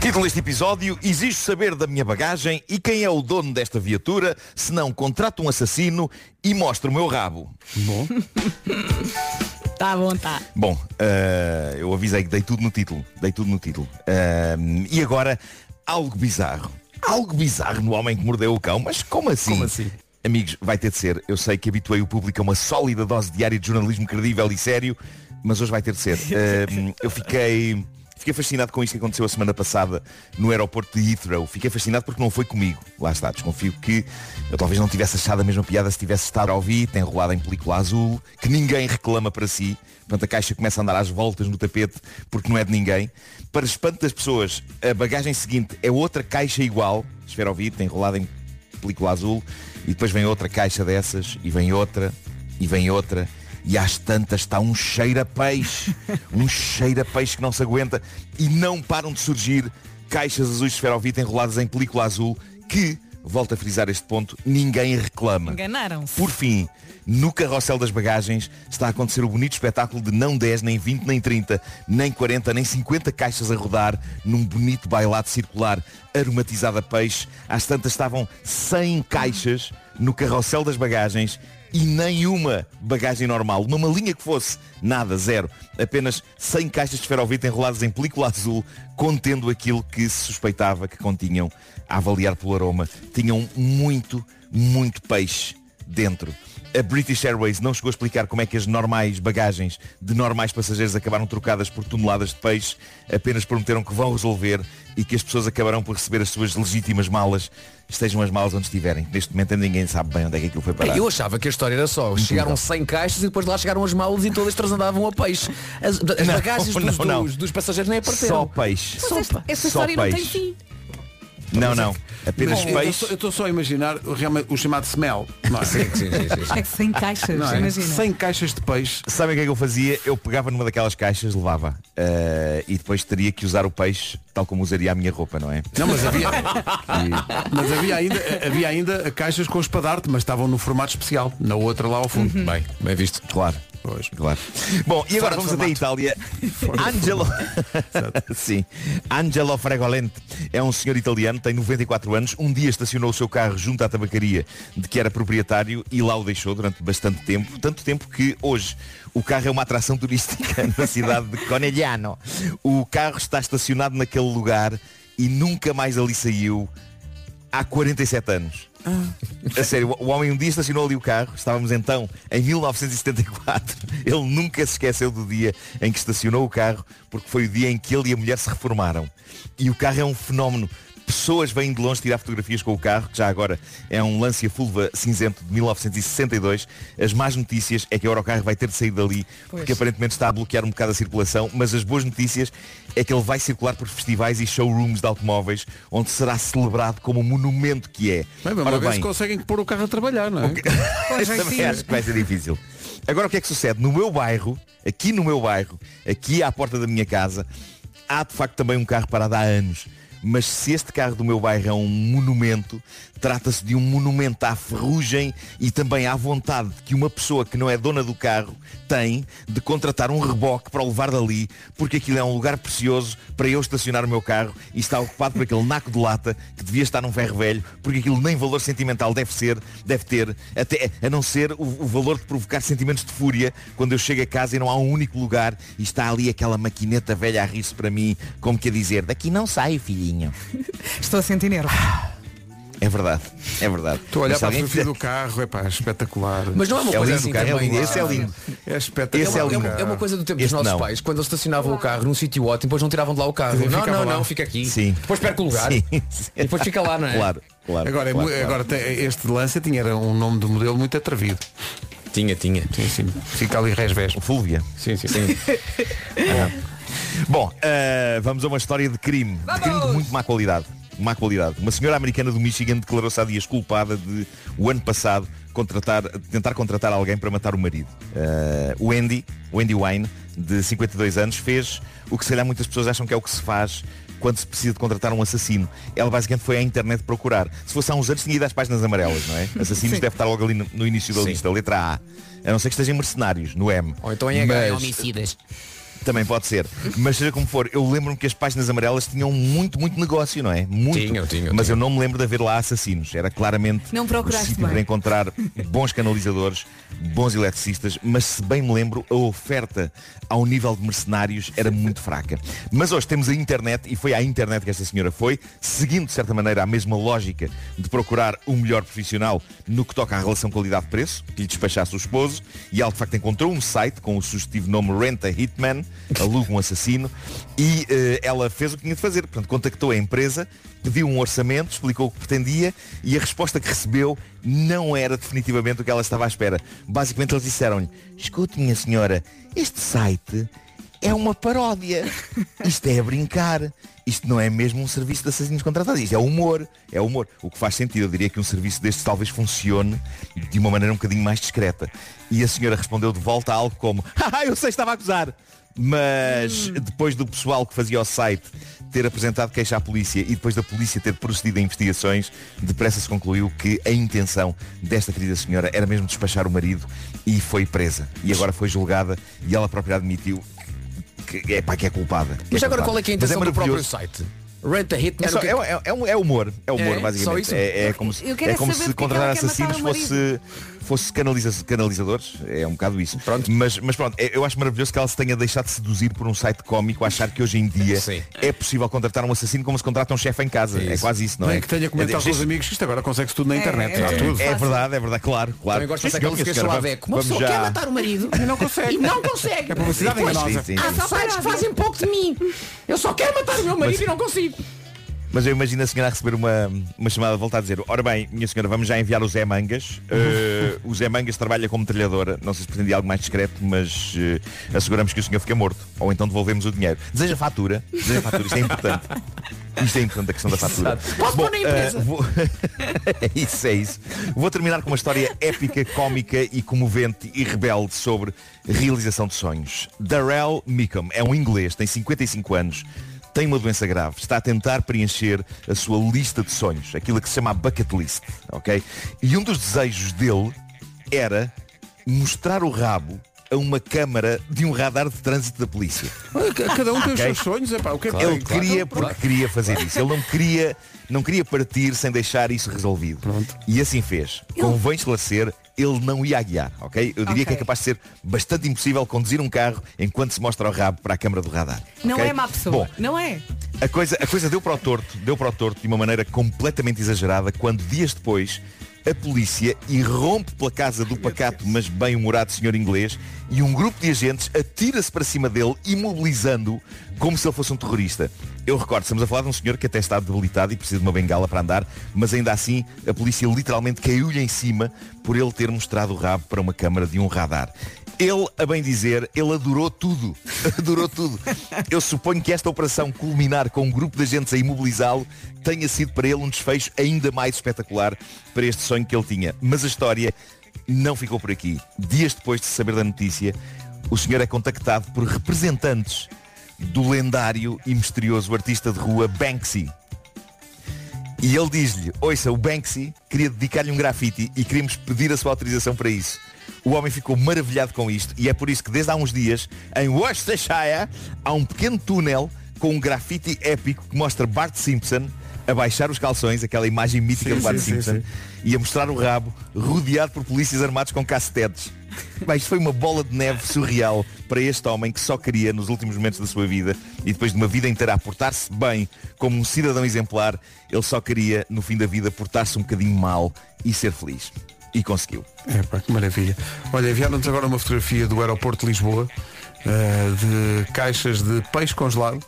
Título deste episódio, exijo saber da minha bagagem e quem é o dono desta viatura, se não contrato um assassino e mostro o meu rabo.
Bom,
Está bom, está.
Bom, eh, eu avisei que dei tudo no título. Dei tudo no título. Eh, e agora, algo bizarro. Algo bizarro no homem que mordeu o cão, mas como assim?
Como assim?
Amigos, vai ter de ser. Eu sei que habituei o público a uma sólida dose diária de jornalismo credível e sério, mas hoje vai ter de ser. Eh, eu fiquei. Fiquei fascinado com isto que aconteceu a semana passada no aeroporto de Heathrow. Fiquei fascinado porque não foi comigo. Lá está, desconfio que eu talvez não tivesse achado a mesma piada se tivesse estado a ouvir, tem rolado em película azul, que ninguém reclama para si. Portanto, a caixa começa a andar às voltas no tapete porque não é de ninguém. Para espanto das pessoas, a bagagem seguinte é outra caixa igual, esferovite, enrolada em película azul, e depois vem outra caixa dessas, e vem outra, e vem outra, e às tantas está um cheiro a peixe, um cheiro a peixe que não se aguenta, e não param de surgir caixas azuis de esferovite enroladas em película azul, que, volto a frisar este ponto, ninguém reclama.
Enganaram-se.
Por fim, no carrossel das bagagens está a acontecer o bonito espetáculo de não 10, nem 20, nem 30, nem 40, nem 50 caixas a rodar num bonito bailado circular aromatizado a peixe. Às tantas estavam 100 caixas no carrossel das bagagens e nenhuma bagagem normal, uma malinha que fosse, nada, zero, apenas 100 caixas de esferovite enroladas em película azul, contendo aquilo que se suspeitava que continham, a avaliar pelo aroma, tinham muito, muito peixe dentro. A British Airways não chegou a explicar como é que as normais bagagens de normais passageiros acabaram trocadas por toneladas de peixe, apenas prometeram que vão resolver e que as pessoas acabarão por receber as suas legítimas malas, estejam as malas onde estiverem. Neste momento ainda ninguém sabe bem onde é que aquilo foi parar.
Eu achava que a história era só. Chegaram 100 caixas e depois lá chegaram as malas e todas transandavam a peixe. As, as
Não,
bagagens dos,
não, não.
dos- dos passageiros nem
Só
apareceram.
peixe.
Mas esta, esta
Só
história não tem
peixe.
fim.
Não, não. Apenas
Eu
peixe.
estou- eu estou só a imaginar o, realmente, o chamado smell. Não é?
É que sem caixas,
Não é?
imagina.
Sem caixas de peixe.
Sabem o que é que eu fazia? Eu pegava numa daquelas caixas, levava. eh, e depois teria que usar o peixe tal como usaria a minha roupa, não é?
Não, mas havia, mas havia ainda, havia ainda caixas com espadarte, mas estavam no formato especial. Na outra lá ao fundo.
Bem, bem visto.
Claro. Claro. Bom, e
Fora de
agora vamos até a Itália. Angelo. Sim. Angelo Fregolente é um senhor italiano, tem 94 anos. Um dia estacionou o seu carro junto à tabacaria de que era proprietário e lá o deixou durante bastante tempo. Tanto tempo que hoje o carro é uma atração turística na cidade de Conegliano. O carro está estacionado naquele lugar e nunca mais ali saiu há 47 anos. A sério, o homem um dia estacionou ali o carro, estávamos então em 1974. Ele nunca se esqueceu do dia em que estacionou o carro, porque foi o dia em que ele e a mulher se reformaram. E o carro é um fenómeno. Pessoas vêm de longe tirar fotografias com o carro, que já agora é um Lancia Fulva cinzento de 1962. As más notícias é que a Eurocarro vai ter de sair dali, porque aparentemente está a bloquear um bocado a circulação, mas as boas notícias é que ele vai circular por festivais e showrooms de automóveis, onde será celebrado como o monumento que é.
Bem, mas
Ora
uma vez
bem,
conseguem pôr o carro a trabalhar, não é?
eu também acho que vai ser difícil. Agora o que é que sucede? No meu bairro, aqui no meu bairro, aqui à porta da minha casa, há de facto também um carro parado há anos. Mas se este carro do meu bairro é um monumento, trata-se de um monumento à ferrugem e também à vontade que uma pessoa que não é dona do carro tem de contratar um reboque para o levar dali, porque aquilo é um lugar precioso para eu estacionar o meu carro e está ocupado por aquele naco de lata que devia estar num ferro velho, porque aquilo nem valor sentimental deve ser, deve ter, até a não ser o, o valor de provocar sentimentos de fúria quando eu chego a casa e não há um único lugar e está ali aquela maquineta velha a rir-se para mim, como que a dizer, daqui não sai, filhinho.
Estou a sentir nervo.
É verdade, é verdade.
Estou a olhar
Mas se
para a
alguém
fotografia
fizer-
do carro, é pá, espetacular.
Mas não é uma
É
coisa
lindo,
assim
cara, é
também,
lindo,
não é?
esse é lindo.
É
Esse
espetacular.
É uma, é uma coisa do tempo dos
Este
nossos
não.
pais, quando eles estacionavam o carro num sítio ótimo, depois não tiravam de lá o carro. Não,
ficava
não,
lá.
não, fica aqui.
Sim.
Depois perco o lugar.
Sim, sim.
E depois fica lá, não é?
Claro, claro.
Agora, é
claro,
mu-
claro.
agora tem- este Lancia tinha era um nome de modelo muito atrevido.
Tinha, tinha.
Sim, sim. Fica ali resvés.
Fúlvia.
Sim, sim.
Bom, eh, vamos a uma história de crime. De crime de muito má qualidade. Má qualidade. Uma senhora americana do Michigan declarou-se há dias culpada de, o ano passado, contratar, tentar contratar alguém para matar o marido. Eh, o Andy, o Andy Wine, de 52 anos, fez o que se calhar muitas pessoas acham que é o que se faz quando se precisa de contratar um assassino. Ela basicamente foi à internet procurar. Se fosse há uns anos tinha ido às páginas amarelas, não é? Assassinos deve estar logo ali no, no início da lista, letra A. A não ser que estejam mercenários, no M.
Ou então em H, homicidas.
Também pode ser. Mas seja como for, eu lembro-me que as páginas amarelas tinham muito, muito negócio, não é? Muito.
Tinham, tinham,
mas eu não me lembro de haver lá assassinos. Era claramente
Não procuraste
o sítio
bem.
para encontrar bons canalizadores, bons eletricistas, mas se bem me lembro, a oferta ao nível de mercenários era muito fraca. Mas hoje temos a internet e foi à internet que esta senhora foi, seguindo de certa maneira a mesma lógica de procurar o melhor profissional no que toca à relação qualidade-preço, que lhe despachasse o esposo, e ela de facto encontrou um site com o sugestivo nome Renta Hitman, aluga um assassino e eh, ela fez o que tinha de fazer. Portanto, contactou a empresa, pediu um orçamento, explicou o que pretendia e a resposta que recebeu não era definitivamente o que ela estava à espera. Basicamente eles disseram-lhe, escute minha senhora, este site é uma paródia. Isto é a brincar. Isto não é mesmo um serviço de assassinos contratados. Isto é humor. É humor. O que faz sentido. Eu diria que um serviço destes talvez funcione de uma maneira um bocadinho mais discreta. E a senhora respondeu de volta a algo como Haha, eu sei, estava a acusar. Mas depois do pessoal que fazia o site ter apresentado queixa à polícia e depois da polícia ter procedido a investigações, depressa se concluiu que a intenção desta querida senhora era mesmo despachar o marido e foi presa. E agora foi julgada e ela própria admitiu que é pá, que é culpada. que
Mas agora
culpada.
qual é que é a
Mas
intenção do próprio
maravilhoso.
site? Rent a hit
É,
era
só-
o que-
é, é- é um- é humor, é humor
É? Só
basicamente.
isso?
É, é como se,
Eu quero
é como
saber
se
porque é que
contratar
ela quer matar
assassinos
o marido.
fosse, fosse canaliza- canalizadores. É um bocado isso. Pronto. Mas, mas pronto, é- eu acho maravilhoso que ela se tenha deixado seduzir por um site cómico, a achar que hoje em dia é possível contratar um assassino como se contrata um chefe em casa. É, quase isso, não
Bem
é?
que tenha
É-
comentado
é-
com os amigos que isto agora consegue-se tudo na
É,
internet.
é
Está tudo.
É, verdade, é verdade, claro, claro.
Também gosto de pensar
Sim,
que ele
senhora,
se queixou à
vamos-
VEC. Uma
vamos
pessoa
já-
quer matar o marido e não consegue. E não consegue.
É publicidade
Depois,
enganosa.
Sim, sim,
Há
sim.
sites que fazem pouco de mim. Eu só quero matar o meu marido
Mas-
e não consigo.
Mas eu imagino a senhora a receber uma, uma chamada de volta a dizer Ora bem, minha senhora, vamos já enviar o Zé Mangas Eh, O Zé Mangas trabalha como trilhadora Não sei se pretendia algo mais discreto Mas eh, asseguramos que o senhor fica morto Ou então devolvemos o dinheiro Deseja fatura? Deseja fatura, isto é importante Isto é importante a questão da fatura
Posso pôr na empresa?
eh, vou- é isso, é isso. Vou terminar com uma história épica, cómica e comovente e rebelde sobre realização de sonhos. Darrell Mickham é um inglês, tem 55 anos, tem uma doença grave, está a tentar preencher a sua lista de sonhos, aquilo que se chama a bucket list, ok? E um dos desejos dele era mostrar o rabo a uma câmara de um radar de trânsito da polícia.
Cada um tem os
Ok.
seus sonhos. Epá, o que é
ele
Então,
queria porque queria fazer isso. Ele não queria, não queria partir sem deixar isso resolvido. E assim fez. Convém esclarecer, ele não ia a guiar, ok? Eu diria que é capaz de ser bastante impossível conduzir um carro enquanto se mostra o rabo para a câmara do radar.
Não
ok?
é má pessoa.
Bom,
Não é?
a coisa, a coisa deu para o torto, deu para o torto de uma maneira completamente exagerada quando dias depois a polícia irrompe pela casa do pacato, mas bem humorado senhor inglês, e um grupo de agentes atira-se para cima dele, imobilizando-o como se ele fosse um terrorista. Eu recordo, estamos a falar de um senhor que até está debilitado e precisa de uma bengala para andar, mas ainda assim a polícia literalmente caiu-lhe em cima por ele ter mostrado o rabo para uma câmara de um radar. Ele, a bem dizer, ele adorou tudo. Adorou tudo. Eu suponho que esta operação culminar com um grupo de agentes a imobilizá-lo tenha sido para ele um desfecho ainda mais espetacular para este sonho que ele tinha. Mas a história não ficou por aqui. Dias depois de se saber da notícia, o senhor é contactado por representantes do lendário e misterioso artista de rua Banksy. E ele diz-lhe, ouça, o Banksy queria dedicar-lhe um grafite e queríamos pedir a sua autorização para isso. O homem ficou maravilhado com isto e é por isso que desde há uns dias, em Worcestershire, há um pequeno túnel com um grafite épico que mostra Bart Simpson a baixar os calções, aquela imagem mítica
Sim,
de Bart
sim, sim,
Simpson, e a mostrar o rabo, rodeado por polícias armados com cacetetes. Bem, isto foi uma bola de neve surreal para este homem que só queria, nos últimos momentos da sua vida, e depois de uma vida inteira a portar-se bem como um cidadão exemplar, ele só queria, no fim da vida, portar-se um bocadinho mal e ser feliz. E conseguiu.
Epá, É, que maravilha. Olha, enviaram-nos agora uma fotografia do aeroporto de Lisboa eh, de caixas de peixe congelado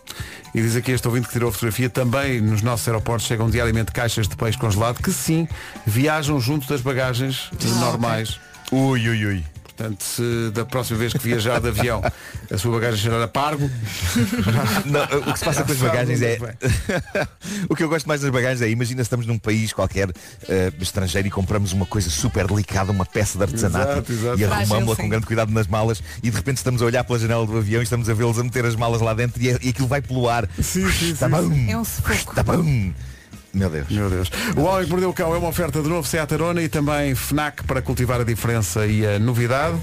e diz aqui este ouvinte que tirou a fotografia também nos nossos aeroportos chegam diariamente caixas de peixe congelado que sim viajam junto das bagagens normais
Ui, ui, ui.
portanto se da próxima vez que viajar de avião a sua bagagem cheirar a pargo
Não, o que se passa com as bagagens é. o que eu gosto mais das bagagens é, imagina se estamos num país qualquer eh, estrangeiro e compramos uma coisa super delicada, uma peça de artesanato
Exato, exato.
e
Frágil,
arrumamos-la
sim.
com grande cuidado nas malas e de repente estamos a olhar pela janela do avião e estamos a vê-los a meter as malas lá dentro e, é- e aquilo vai pelo ar. tá
Sim, sim,
Está
sim,
bom.
É um sufoco.
Está Tá bom. Meu Deus.
Meu Deus. O Homem que Mordeu o Cão é uma oferta de novo Seat Arona e também FNAC para cultivar a diferença e a novidade.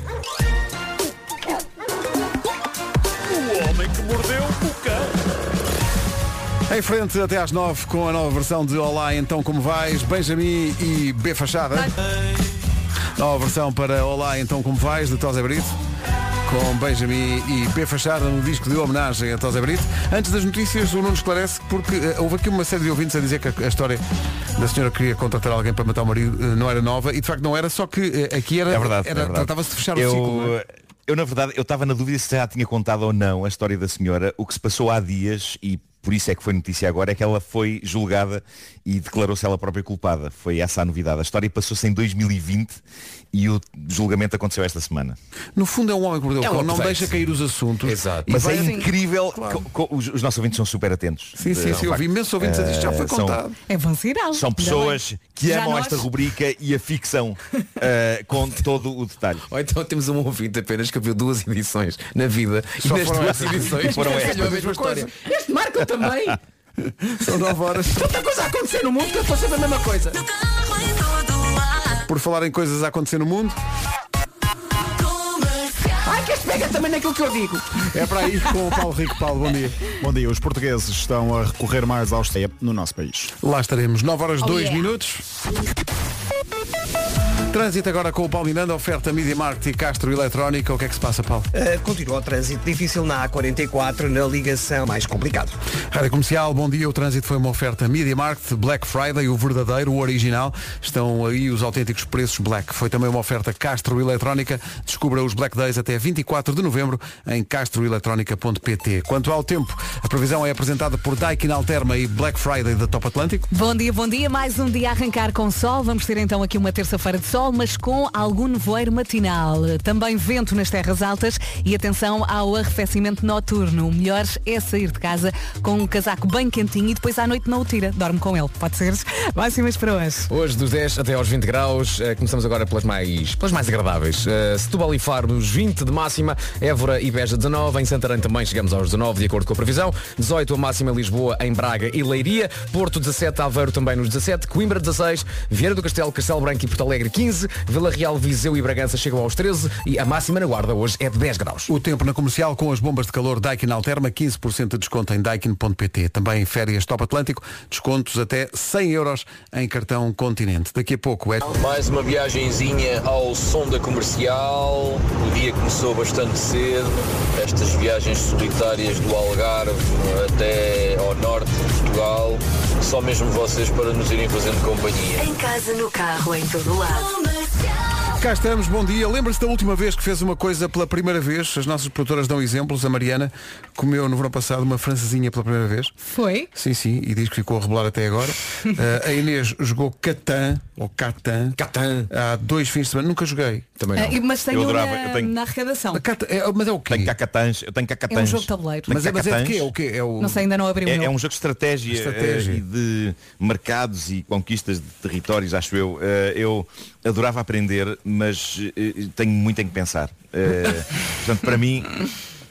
Em frente até às nove com a nova versão de Olá, então como vais? Benjamin e B Fachada. Nova versão para Olá, então como vais? De Tosé Brito. Com Benjamin e B Fachada no disco de homenagem a Tosé Brito. Antes das notícias, o Nuno esclarece porque eh, houve aqui uma série de ouvintes a dizer que a, a história da senhora que queria contratar alguém para matar o marido eh, não era nova e de facto não era, só que eh, aqui era,
É verdade.
era-
é verdade.
tratava-se de fechar o
eu,
ciclo. não é?
Eu, na verdade, eu estava na dúvida se já tinha contado ou não a história da senhora. O que se passou há dias, e por isso é que foi notícia agora, é que ela foi julgada e declarou-se ela própria culpada. Foi essa a novidade. A história passou-se em 2020 e o julgamento aconteceu esta semana.
No fundo é um homem que mordeu
É
o
um
cão, não
update.
deixa cair os assuntos.
Exato.
E
Mas
vai- assim.
é incrível. co- co- os, os nossos ouvintes são super atentos.
Sim, sim, sim,
Eh, ao
eu vi
facto.
imensos ouvintes a dizer, já foi
Eh, são-
contado.
É bom sinal.
São pessoas que
Já
amam
nós-
esta rubrica e a ficção eh, com todo o detalhe.
Ou então temos um ouvinte apenas que viu duas edições na vida
Só
e nas
foram
duas
essas.
edições
Foram
calhou
estas.
a mesma história. Este marca também.
São 9 horas.
Tanta coisa a acontecer no mundo que eu estou sempre a mesma coisa.
Por falar em coisas a acontecer no mundo,
Ai, que este pega também naquilo que eu digo.
é para aí com o Paulo Rico. Paulo, bom dia.
Bom dia, os portugueses estão a recorrer mais à Austrália no nosso país.
Lá estaremos, 9 horas 2 minutos. Trânsito agora com o Paulo Miranda, oferta Media Market e Castro Eletrónica. O que é que se passa, Paulo?
Uh, continua o trânsito difícil na A44, na ligação mais complicado.
Rádio Comercial, bom dia. O trânsito foi uma oferta Media Market, Black Friday, o verdadeiro, o original. Estão aí os autênticos preços Black. Foi também uma oferta Castro Eletrónica. Descubra os Black Days até 24 de novembro em castroeletrónica.pt. Quanto ao tempo, a previsão é apresentada por Daikin Alterma e Black Friday da Top Atlântico.
Bom dia, bom dia. Mais um dia a arrancar com sol. Vamos ter então aqui uma terça-feira de sol, mas com algum nevoeiro matinal. Também vento nas terras altas e atenção ao arrefecimento noturno. O melhor é sair de casa com um casaco bem quentinho e depois à noite não o tira. Dorme com ele, pode ser. Máximas para hoje.
Hoje dos 10 até aos 20 graus, eh, começamos agora pelas mais, pelas mais agradáveis. Eh, Setúbal e Faro nos 20 de máxima, Évora e Beja 19, em Santarém também chegamos aos 19 de acordo com a previsão, 18 a máxima em Lisboa, em Braga e Leiria, Porto 17, Aveiro também nos 17, Coimbra 16, Vieira do Castelo, Castelo Branco e Porto Alegre 15, Vila Real, Viseu e Bragança chegam aos 13 e a máxima na Guarda hoje é de 10 graus.
O tempo na comercial com as bombas de calor Daikin Alterma, 15% de desconto em daikin.pt. Também férias Top Atlântico, descontos até 100 euros em cartão Continente. Daqui a pouco é...
Mais uma viagenzinha ao som da comercial. O dia começou bastante cedo. Estas viagens solitárias do Algarve até ao norte de Portugal. Só mesmo vocês para nos irem fazendo companhia.
Em casa, no carro, em todo lado.
Cá estamos, bom dia. Lembra-se da última vez que fez uma coisa pela primeira vez? As nossas produtoras dão exemplos. A Mariana comeu no verão passado uma francesinha pela primeira vez.
Foi?
Sim, sim, e diz que ficou a rebolar até agora. Eh, a Inês jogou Catan, ou Catan,
Catan.
há dois fins de semana. Nunca joguei.
Também
Ah, e-
não.
mas tenho,
Eu adorava,
na,
eu tenho.
na arrecadação.
Catan- é- mas é o quê?
Tenho cacatãs, eu tenho cacatãs.
É um jogo de tabuleiro.
Tenho
Mas é, mas é de quê? É
cacatãs.
o quê? É o...
Não sei, ainda não abriu o
É,
meu.
é um jogo de estratégia,
Estratégia.
eh, e de mercados e conquistas de territórios, acho eu. Eh, eu adorava aprender, mas eh, tenho muito em que pensar. Eh, portanto, para mim,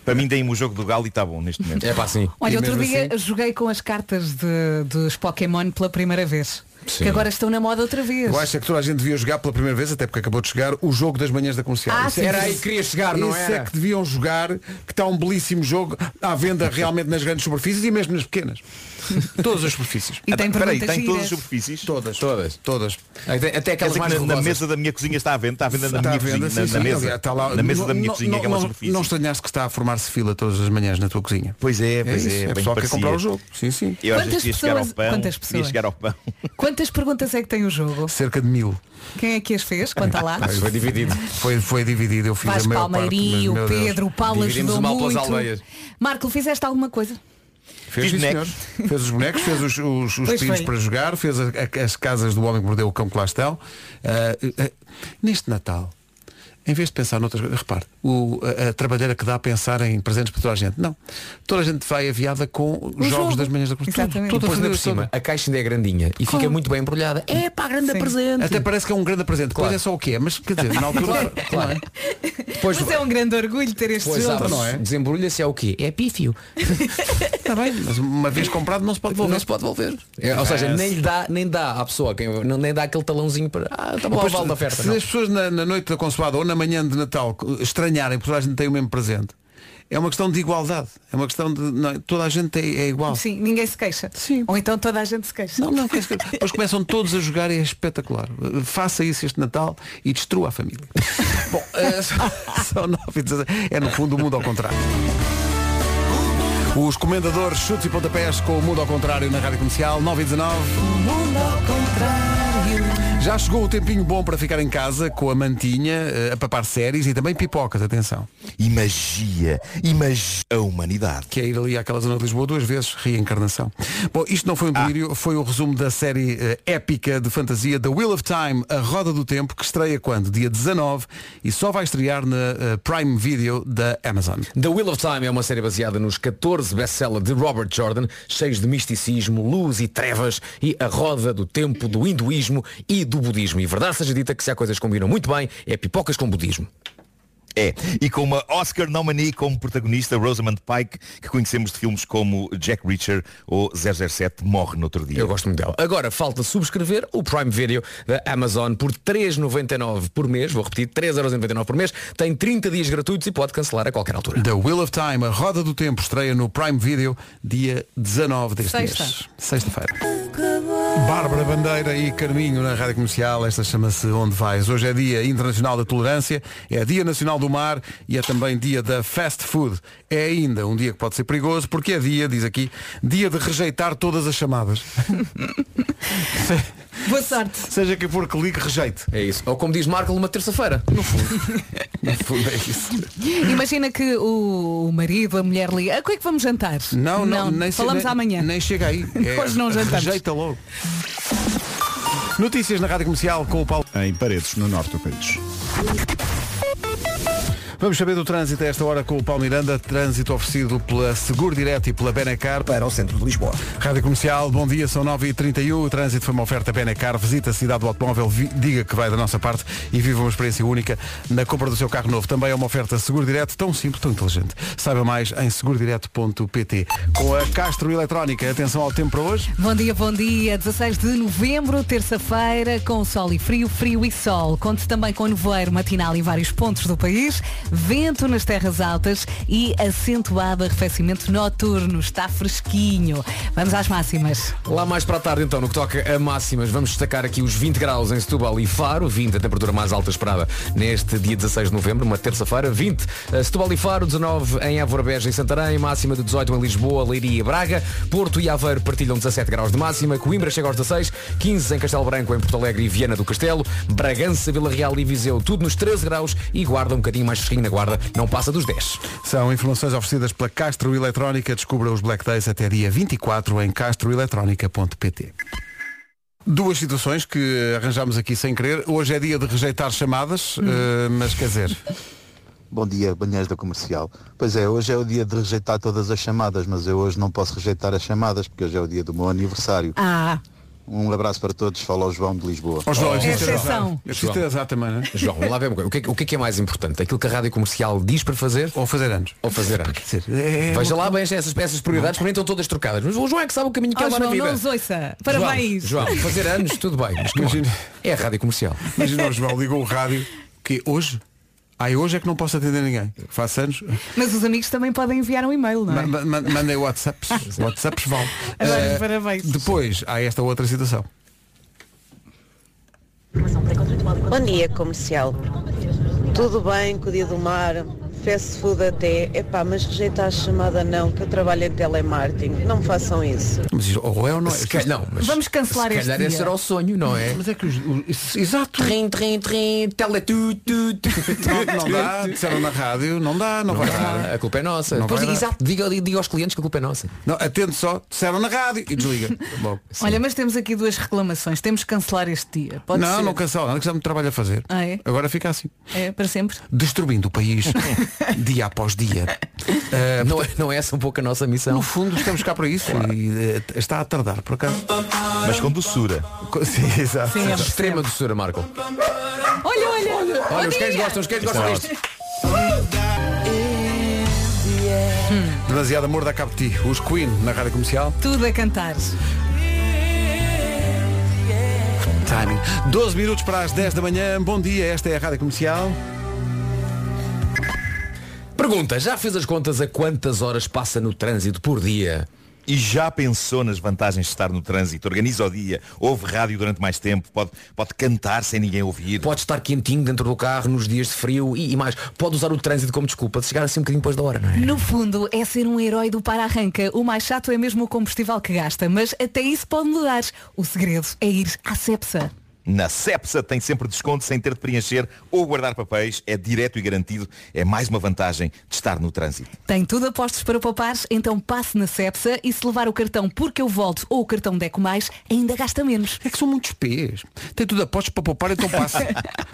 para mim deem-me o jogo do galo e está bom neste momento.
É pá, sim.
Olha,
E
outro
mesmo
dia
assim-
joguei com as cartas de- dos Pokémon pela primeira vez.
Sim.
Que agora estão na moda outra vez.
Eu acho é que toda a gente devia jogar pela primeira vez, até porque acabou de chegar, o jogo das manhãs da comercial.
Ah,
Isso
sim.
é-
Era aí que queria chegar, não
Isso é
era?
que deviam jogar, que está um belíssimo jogo à venda realmente nas grandes superfícies e mesmo nas pequenas. Todas as superfícies.
E tem
Espera aí,
perguntas
tem todas as
giras.
superfícies.
Todas.
Todas.
Todas.
Até, até
Quer
aquelas
dizer
mais
que na, na
rugosas.
mesa da minha cozinha está à venda, está à venda
Está
na
à
minha
venda,
cozinha,
sim,
na,
sim.
na mesa,
Aliás, está lá.
na mesa da
Não-
minha
não-
cozinha,
não,
aquela
não,
superfície.
não estranhaste que está a formar-se fila todas as manhãs na tua cozinha.
Pois é, pois
isso,
é, bem
pessoal que quer
parecia.
comprar o jogo. Sim, sim.
Eu às
Quantas
vezes queria chegar ao
pessoas-
pão,
quantas
queria
pessoas?
chegar ao pão.
Quantas perguntas é que tem o jogo?
Cerca de mil.
Quem é que as fez? Conta lá.
Mas foi dividido.
Foi, foi dividido, eu fiz
Vasco
a maior parte. mas,
Palmeirinho,
meu
o
Deus.
Pedro, o Paulo
Dividimos
ajudou
o mal pelas
muito.
aldeias.
Marco, fizeste alguma coisa?
Fez,
Fiz
sim,
bonecos.
senhor. Fez os bonecos, fez os, os, os
Pois
pinos
foi.
para jogar, fez a- a- as casas do homem que mordeu o cão que lá estão. Ah, ah, neste Natal, em vez de pensar noutras coisas, repare, o, a, a trabalheira que dá a pensar em presentes para toda a gente. Não. Toda a gente vai aviada com os jogos
jogo.
das manhãs da Comercial.
Exatamente.
Toda a
Depois ainda por
família
cima, a caixa ainda é grandinha e fica muito bem embrulhada. É pá, grande
Sim.
presente.
toda. Até parece que é um grande presente. Depois
Claro.
é só o que é. Mas quer dizer, na altura. não é?
Depois,
Mas é um grande orgulho ter este
depois
jogo.
abre-se,
não é?
desembrulha-se é o quê? É pífio.
Está bem, mas uma vez comprado não se pode devolver.
Não se pode devolver. É, ou seja, nem, lhe dá, nem dá à pessoa, quem, não, nem dá aquele talãozinho para. Ah, está bom,
Depois,
vale da oferta.
se
não.
as pessoas na, na noite da consoada ou na manhã de Natal estranharem porque toda a gente tem o mesmo presente, é uma questão de igualdade. É uma questão de. não, toda a gente é, é igual.
Sim, ninguém se queixa.
Sim.
Ou então toda a gente se queixa.
Não, não, quer dizer, depois começam todos a jogar e é espetacular. Faça isso este Natal e destrua a família. Bom, eh, são 9 e 17. É no fundo o mundo ao contrário. Os comendadores, chutes e pontapés com o mundo ao contrário na rádio comercial 9 e 19. Já chegou o tempinho bom para ficar em casa com a mantinha, eh, a papar séries e também pipocas, atenção.
E magia, e magia a humanidade.
Que é ir ali àquela zona de Lisboa duas vezes, reencarnação. Bom, isto não foi um delírio, foi o resumo da série eh, épica de fantasia The Wheel of Time, A Roda do Tempo, que estreia quando? Dia 19 e só vai estrear na eh, Prime Video da Amazon.
The Wheel of Time é uma série baseada nos 14 best-seller de Robert Jordan, cheios de misticismo, luz e trevas e a roda do tempo do hinduísmo e do budismo. E verdade seja dita que se há coisas que combinam muito bem, é pipocas com budismo.
É, e com uma Oscar nominee como protagonista, Rosamund Pike, que conhecemos de filmes como Jack Reacher ou 007 Morre no outro dia.
Eu gosto muito dela. Agora falta subscrever o Prime Video da Amazon por 3,99 por mês, vou repetir, 3,99 por mês, tem 30 dias gratuitos e pode cancelar a qualquer altura.
The Wheel of Time, a Roda do Tempo, estreia no Prime Video dia 19 deste
Sexta.
mês. Sexta-feira. Bárbara Bandeira e Carminho na Rádio Comercial, esta chama-se Onde Vais. Hoje é Dia Internacional da Tolerância, é Dia Nacional do Mar e é também Dia da Fast Food. É ainda um dia que pode ser perigoso porque é dia, diz aqui, dia de rejeitar todas as chamadas.
Boa sorte.
Seja que for que ligue, rejeite.
É isso. Ou como diz Marco, uma terça-feira. No fundo.
No fundo é isso.
Imagina que o, o marido, a mulher liga. "Ah, como é que vamos jantar?
Não, não, nem se-
Falamos
nem-
amanhã.
Nem chega aí. É,
Hoje não jantamos.
Rejeita logo. Notícias na Rádio Comercial com o Paulo.
Em Paredes, no norte do país.
Vamos saber do trânsito a esta hora com o Paulo Miranda, trânsito oferecido pela Seguro Direto e pela Benacar
para o centro de Lisboa.
Rádio Comercial, bom dia, são 9h31, o trânsito foi uma oferta Benacar, visita a cidade do automóvel, vi- diga que vai da nossa parte e viva uma experiência única na compra do seu carro novo. Também é uma oferta Seguro Direto, tão simples, tão inteligente. Saiba mais em segurodireto.pt. Com a Castro Eletrónica, atenção ao tempo para hoje.
Bom dia, bom dia. 16 de novembro, terça-feira, com sol e frio, frio e sol. Conte também com nevoeiro matinal em vários pontos do país, vento nas terras altas e acentuado arrefecimento noturno. Está fresquinho. Vamos às máximas.
Lá mais para a tarde então, no que toca a máximas, vamos destacar aqui os 20 graus em Setúbal e Faro, 20 a temperatura mais alta esperada neste dia 16 de novembro, uma terça-feira, 20 a Setúbal e Faro, 19 em Évora Beja e Santarém, máxima de 18 em Lisboa, Leiria e Braga, Porto e Aveiro partilham 17 graus de máxima, Coimbra chega aos 16, 15 em Castelo Branco, em Porto Alegre e Viana do Castelo, Bragança, Vila Real e Viseu, tudo nos 13 graus e Guarda um bocadinho mais fresquinho na Guarda, não passa dos 10.
São informações oferecidas pela Castro Eletrónica, descubra os Black Days até dia 24 em castroeletronica.pt. Duas situações que arranjámos aqui sem querer. Hoje é dia de rejeitar chamadas,
Hum.
eh, mas quer dizer,
Bom dia, banheiros da comercial. Pois é, hoje é o dia de rejeitar todas as chamadas, mas eu hoje não posso rejeitar as chamadas porque hoje é o dia do meu aniversário.
Ah,
Um abraço para todos, fala o João de Lisboa.
Ó João, existe
Oh, é Exceção.
azar. Existe
João.
azar também, não é?
João, vamos lá ver uma coisa. O que, é, que- o que é que é mais importante? Aquilo que a rádio comercial diz para fazer?
Ou fazer anos?
Ou fazer anos.
É,
Veja lá bem essas peças prioridades, para mim estão todas trocadas. Mas o João é que sabe o caminho que
oh,
ele dá na
João,
vida.
não os ouça. Parabéns.
João, João, fazer anos, tudo bem. Mas, come on, é a rádio comercial.
Imagina o João ligou o rádio que hoje, ai hoje é que não posso atender ninguém. Faço anos,
Mas os amigos também podem enviar um e-mail, não é?
ma- ma- ma- mandei WhatsApps, WhatsApps vale.
Adoro,
Eh,
parabéns.
depois há esta outra situação.
Bom dia, comercial. Tudo bem com o dia do mar, fast food até. Epá, mas rejeitar a chamada não, que eu trabalho em telemarketing. Não me façam isso.
Mas isto, ou é ou não é?
Se calhar, não, mas
Vamos cancelar
se
este
calhar
dia.
esse era o sonho, não é?
Mas é que os, os- exato.
Trim, trim, trim, teletu, tu, tu.
Não, não dá, disseram na rádio, não dá, não, vai dar.
Ah, A culpa é nossa.
Não
Depois
vai
diga,
dar.
exato, diga, diga aos clientes que a culpa é nossa.
Não, atende só, disseram na rádio e desliga. Logo.
Olha, mas temos aqui duas reclamações. Temos que cancelar este dia. Pode
não,
ser.
não cancela, não que já me trabalho a fazer.
Ah, é?
Agora fica assim.
É, para sempre.
Destruindo o país dia após dia. Ah,
Não é, não é essa um pouco a nossa missão?
no fundo estamos cá para isso e eh, está a tardar, por acaso.
Mas com doçura.
Co- Sim, exato.
Sim, é
Extrema doçura, Marco.
Olha, olha, olha.
Olha, os cães gostam, os cães gostam
é
disto.
Demasiado amor da Cabo de Ti. Os Queen na rádio comercial.
Tudo a cantar.
Timing. 12 minutos para as 10 da manhã. Bom dia, esta é a rádio comercial.
Pergunta, já fez as contas a quantas horas passa no trânsito por dia?
E já pensou nas vantagens de estar no trânsito? Organiza o dia, ouve rádio durante mais tempo, pode, pode cantar sem ninguém ouvir.
Pode estar quentinho dentro do carro nos dias de frio e, e mais. Pode usar o trânsito como desculpa de chegar assim um bocadinho depois da hora, não é?
No fundo, é ser um herói do para-arranca. O mais chato é mesmo o combustível que gasta, mas até isso pode mudar. O segredo é ir à Cepsa.
Na Cepsa tem sempre desconto sem ter de preencher ou guardar papéis. É direto e garantido. É mais uma vantagem de estar no trânsito.
Tem tudo a postos para poupares, então passe na Cepsa e se levar o cartão Porque Eu Volto ou o cartão Deco Mais, ainda gasta menos.
É que são muitos P's. Tem tudo a postos para poupar, então passa.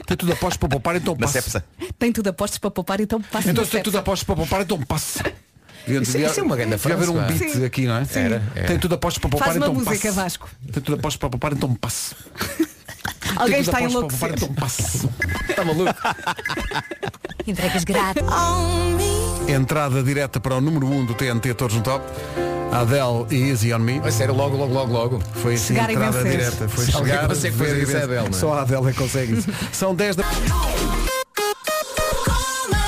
tem tudo a postos para poupar, então
é
passa.
Tem tudo a postos para poupar, então passe
Então
na
se tem
Cepsa.
tudo a postos para poupar, então passa.
Isso- isso é uma grande
Devia haver
frase,
um
pá.
beat
Sim.
aqui, não é?
Sim. Era, era.
Tem tudo a postos para poupar,
Faz uma
então
música,
passa.
Vasco.
Tem tudo a postos para poupar, então passa.
Alguém
Tem tudo
está
a
a
postos para
enlouquecer.
poupar, então passa. Está maluco?
Entregas grátis.
Entrada direta para o número 1 um do TNT Todos no Top. Adele e Easy on Me. Vai ser logo, logo, logo, logo. Foi assim,
Chegar e
entrada
vencer.
direta. Foi
Se alguém
chegar,
consegue fazer
ver e
isso é
vencer.
a Adele, não é?
Só a Adele é que consegue isso. São 10 da.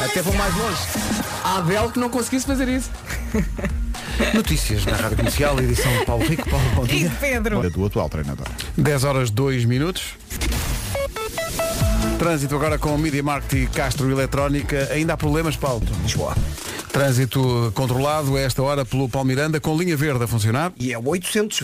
Até vou mais longe. Há Abel que não conseguisse fazer isso.
Notícias na Rádio Comercial, edição de Paulo Rico. Paulo, bom dia.
Olha, do atual treinador.
10 horas 2 minutos. Trânsito agora com Media Market e Castro Eletrónica. Ainda há problemas, Paulo? Lisboa. Trânsito controlado a esta hora pelo Paulo Miranda, com linha verde a funcionar.
E é o 800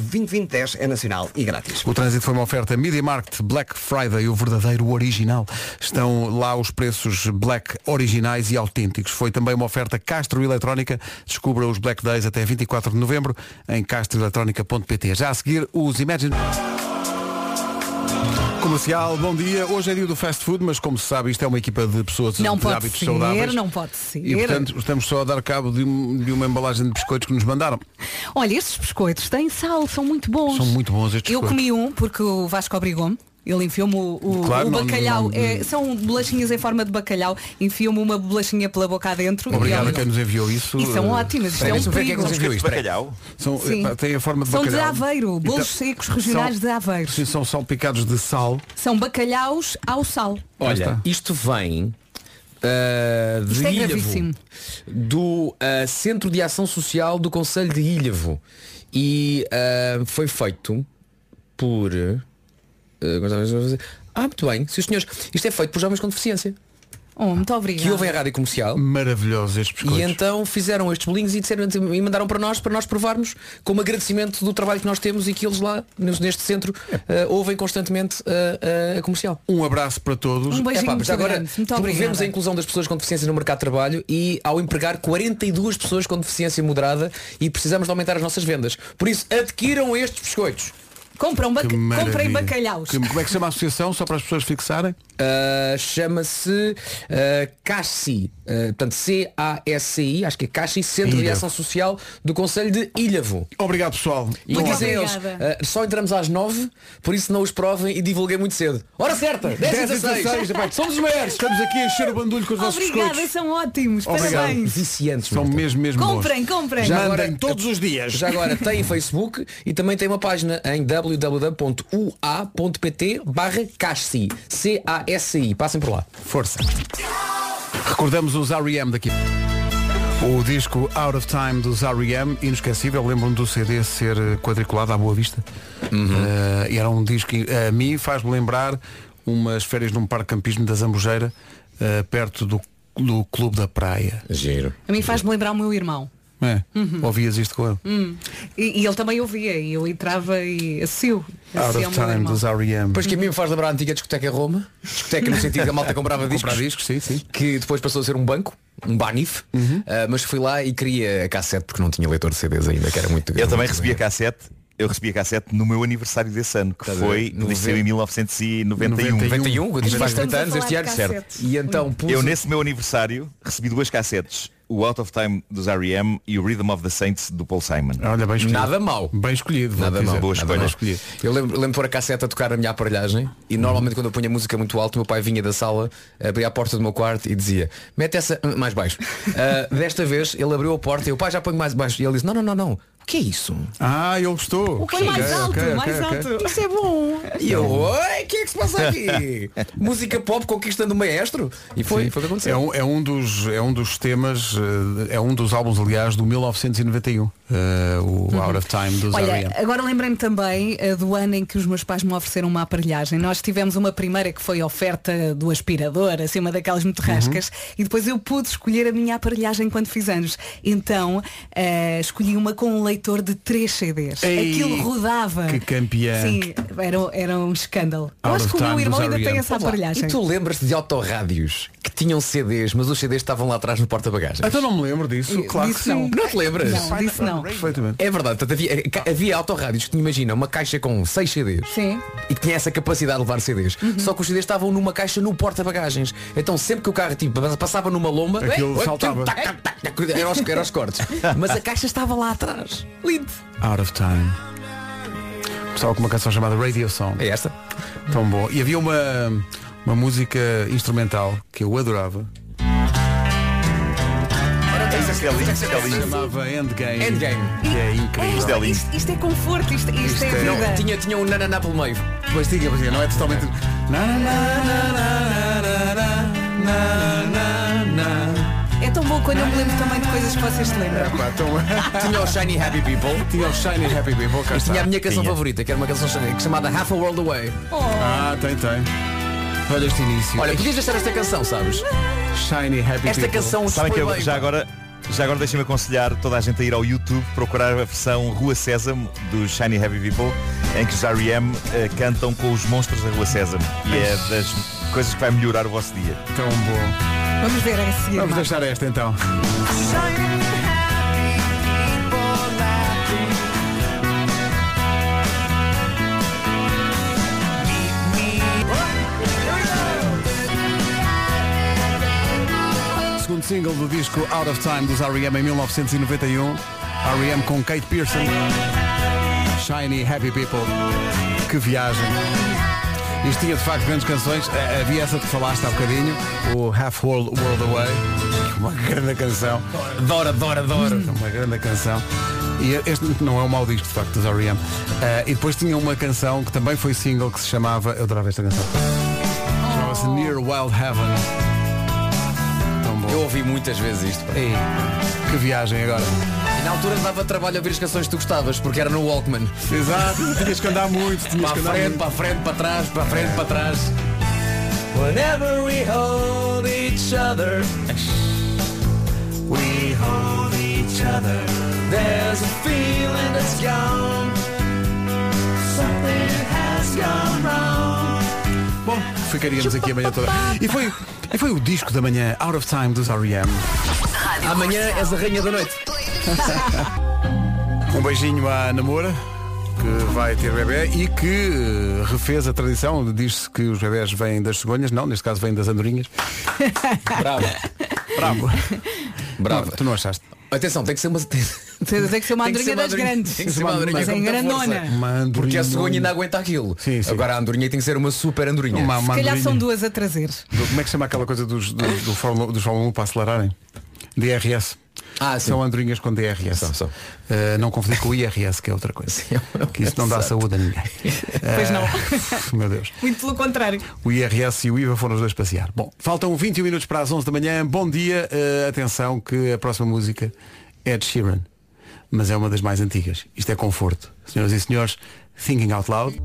é nacional e grátis.
O trânsito foi uma oferta Media Market, Black Friday, o verdadeiro original. Estão lá os preços Black originais e autênticos. Foi também uma oferta Castro Eletrónica. Descubra os Black Days até 24 de novembro em castroeletronica.pt. Já a seguir, os Imagine... Comercial, bom dia. Hoje é dia do fast food, mas como se sabe, isto é uma equipa de pessoas
Não
de
pode
hábitos
ser,
saudáveis.
não pode ser.
E portanto estamos só a dar cabo de, um- de uma embalagem de biscoitos que nos mandaram.
Olha, estes biscoitos têm sal, são muito bons.
São muito bons estes
Eu
biscoitos.
comi um porque o Vasco obrigou-me. Ele enfiou-me o, o-
Claro,
o
não-
bacalhau.
não-
É, são bolachinhas em forma de bacalhau. Enfiou-me uma bolachinha pela boca adentro.
Obrigado a
e,
quem nos enviou isso.
E são
Eh,
ótimas, isto é um
deixa-me ver quem
perigo.
nos enviou isto.
Bacalhau?
São,
Sim.
epá, têm a forma de
São de
bacalhau. Então,
Aveiro, bolos secos regionais de Aveiro.
Sim, são salpicados de sal.
São bacalhaus ao sal.
Olha, isto vem uh, de
Isto é
Ilhavo,
gravíssimo.
do uh, Centro de Ação Social do Conselho de Ilhavo. E uh, foi feito por. uh, Gonçalves Sousa. ah, muito bem, seus senhores. Isto é feito por jovens com deficiência.
Oh, muito obrigado.
Que ouvem a rádio comercial.
Maravilhosos estes
E então fizeram estes bolinhos e, disseram, e mandaram para nós, para nós provarmos, como agradecimento do trabalho que nós temos e que eles lá, nos- neste centro,
É.
uh, ouvem constantemente uh, uh, a comercial.
Um abraço para todos.
É pá, mas agora promovemos a
obrigada.
inclusão das pessoas com deficiência no mercado de trabalho e ao empregar 42 pessoas com deficiência moderada e precisamos de aumentar as nossas vendas. Por isso, adquiram estes biscoitos.
Compram bac...
Que maravilha.
Comprem bacalhaus.
Que- como é que se chama a associação, só para as pessoas fixarem?
Uh, Chama-se uh, CASSI, uh, portanto C-A-S-I, acho que é CASSI, Centro de
Ilhavo.
Ação Social do Conselho de Ilhavo.
Obrigado pessoal.
E
Bom
dizem eles,
obrigada.
uh, só entramos às 9, por isso não os provem e divulguem muito cedo. Hora certa, 10 e 16.
epá, somos os maiores. Estamos aqui a encher o bandulho com os nossos
Obrigada,
biscoitos.
são ótimos.
Obrigado.
Parabéns.
Viciantes.
São mesmo, mesmo
Comprem,
bons.
comprem.
Já Mandem todos os dias.
Já agora tem Facebook e também tem uma página em www.ua.pt barra CASSI. C-A-S-I. Passem por lá.
Força. Recordamos os R.E.M. daqui. O disco Out of Time dos R.E.M. Inesquecível, lembro-me do CD ser eh, quadriculado à Boa Vista Eh, e Era um disco que eh, a mim faz-me lembrar Umas férias num parque de campismo da Zambujeira eh, Perto do, do Clube da Praia
Giro
A mim faz-me lembrar o meu irmão.
é.
Uhum.
Ouvias isto com ele?
Hum. E, e ele também ouvia, e eu entrava e assio.
Out
Assim,
of Time dos R.E.M.
Pois que a mim me faz lembrar a antiga discoteca em Roma. Discoteca no sentido que a malta comprava discos.
Comprar discos, sim, sim.
Que depois passou a ser um banco, um banif. Ah, mas fui lá e queria a cassete porque não tinha leitor de CDs ainda, que era muito
Eu também
muito-
recebi um. a cassete. Eu recebi a cassete no meu aniversário desse ano, que
Estás a ver?
foi,
Tá Noventa-
nasceu em 1991.
91, quando
Mas
faz
estamos
30
a
anos
falar
este
de
ano,
cassete.
certo? E então pus...
Eu nesse meu aniversário recebi duas cassetes, o Out of Time dos R.E.M. e o Rhythm of the Saints do Paul Simon.
Ah.
Olha, bem escolhido.
Nada mal.
Bem escolhido.
Nada mal.
Boa
nada
escolha.
mal. Eu lembro, lembro de pôr a cassete a tocar na minha aparelhagem e normalmente quando eu punha música muito alta, o meu pai vinha da sala, abria a porta do meu quarto e dizia, mete essa hum, mais baixo. Ah, desta vez ele abriu a porta e eu, pai, já ponho mais baixo. E ele disse, não, não, não, não. O que é isso?
Ah, eu gostou.
Foi é mais
Ok,
alto,
ok,
mais
ok, ok.
alto. Isso é bom.
E eu, oi, o que é que se passa aqui? Música pop conquistando o maestro? E foi,
Sim.
foi o que
É
aconteceu.
um, é um dos, é um dos temas, eh, é um dos álbuns, aliás, do 1991, eh, o Out of Time dos
Uhum. Olha,
R.E.M.
agora lembrei-me também eh, do ano em que os meus pais me ofereceram uma aparelhagem. Nós tivemos uma primeira que foi oferta do aspirador, assim, uma daquelas muito
Uhum.
rascas, e depois eu pude escolher a minha aparelhagem quando fiz anos. Então eh, escolhi uma com um leitor de 3 CDs.
Ei,
Aquilo rodava.
que campeã.
Sim, era, era um escândalo.
Out
acho que o meu irmão ainda tem essa aparelhagem.
E tu lembras-te de autorrádios que tinham CDs, mas os CDs estavam lá atrás no porta-bagagens?
Então não me lembro disso,
Eu-
claro
disso
que sim.
Ah, não. Não te lembras?
eh, Não, disso não.
Perfeitamente.
É verdade, portanto, havia, ca- havia autorrádios que, imagina, uma caixa com 6 CDs
Sim.
e que tinha essa capacidade de levar CDs. Só que os CDs estavam numa caixa no porta-bagagens. Então sempre que o carro tipo, passava numa lomba,
Aquilo
Ué,
saltava.
tac, tac, tac, tac, Era os, era os cortes. Mas a caixa estava lá atrás. Lindo.
Out of Time. Pessoal com uma canção chamada Radio Song.
É esta?
Tão bom. E havia uma, uma música instrumental que eu adorava.
é
Chamava Endgame.
Endgame.
Que é incrível.
Isto, isto- isto é conforto, isto, isto é
é-
vida.
Tinha, tinha um nananá pelo meio.
Mas diga, mas diga, não é totalmente. Na, na, na, na,
É tão bom quando eu me lembro também de coisas que vocês se lembram.
pá, tão-
Tinha o Shiny Happy People.
Tinha o Shiny Happy People. cá
Mas tinha
está.
a minha canção
Tinha.
favorita, que era uma canção chama- chamada Half a World Away.
Ah, tem, tem. Olha este início.
Olha, podias deixar esta canção, sabes?
Shiny Happy
Esta
People.
canção
Sabem que
foi
eu,
bem,
já
pá.
agora, já agora deixem-me aconselhar toda a gente a ir ao YouTube procurar a versão Rua Sésamo do Shiny Happy People, em que os R.E.M. eh, cantam com os monstros da Rua Sésamo. E é das coisas que vai melhorar o vosso dia.
Tão bom.
Vamos ver a
Vamos
seguir. Marco.
deixar esta então. Segundo single do disco Out of Time dos R.E.M. em 1991. R.E.M. com Kate Pearson. Shiny Happy People. Que viagem. Isto tinha de facto grandes canções. Eh, Havia essa que falaste há bocadinho, o Half World World Away. Uma grande canção. Hum.
Dora, Dora, Dora.
Uma grande canção. E este não é um mau disco, de facto, dos R.E.M. Eh, e depois tinha uma canção que também foi single que se chamava. Eu adorava esta canção. Chamava-se Near Wild Heaven. Tão bom.
Eu ouvi muitas vezes isto. pá.
Ei, que viagem agora.
E na altura dava trabalho ouvir as canções que tu gostavas, porque era no Walkman.
Exato, tinhas que andar muito, tinhas
Para
que andar
a frente,
muito.
para a frente, para trás, para a frente, para trás. Whenever we hold each other, we hold each other. There's a feeling that's gone. Something has gone wrong.
Bom, ficaríamos aqui amanhã toda. E foi, e foi o disco da manhã, Out of Time dos R.E.M.
Amanhã és a rainha da noite.
Um beijinho à Namora, que vai ter bebê e que eh, refez a tradição. Diz-se que os bebés vêm das cegonhas, não, neste caso vêm das andorinhas.
Bravo.
Bravo.
Bravo.
Não, tu não achaste?
Atenção, tem que ser uma. Tem,
Tem tem que ser uma
tem que ser
andorinha
uma
das
andorinha-
grandes.
Tem que ser uma andorinha
Mas
com
em
muita
grandona.
força.
Uma
Porque a
andorinha-
cegonha ainda aguenta aquilo.
Sim, sim.
Agora a andorinha tem que ser uma super andorinha.
Uma,
Se
uma
calhar
andorinha.
são duas a trazer.
Do- Como é que se chama aquela coisa dos, do, do Fórmula, dos Fórmula 1 para acelerarem? DRS.
Ah, sim.
São andorinhas com DRS.
São, são.
Eh, não confundir com o IRS, que é outra coisa. que isso não dá saúde a ninguém.
Pois não.
Eh, meu Deus.
Muito pelo contrário.
O IRS e o IVA foram os dois passear. Bom, faltam 21 minutos para as 11 da manhã. Bom dia. Eh, atenção que a próxima música é de Sheeran. Mas é uma das mais antigas. Isto é conforto. Senhoras e senhores, Thinking Out Loud.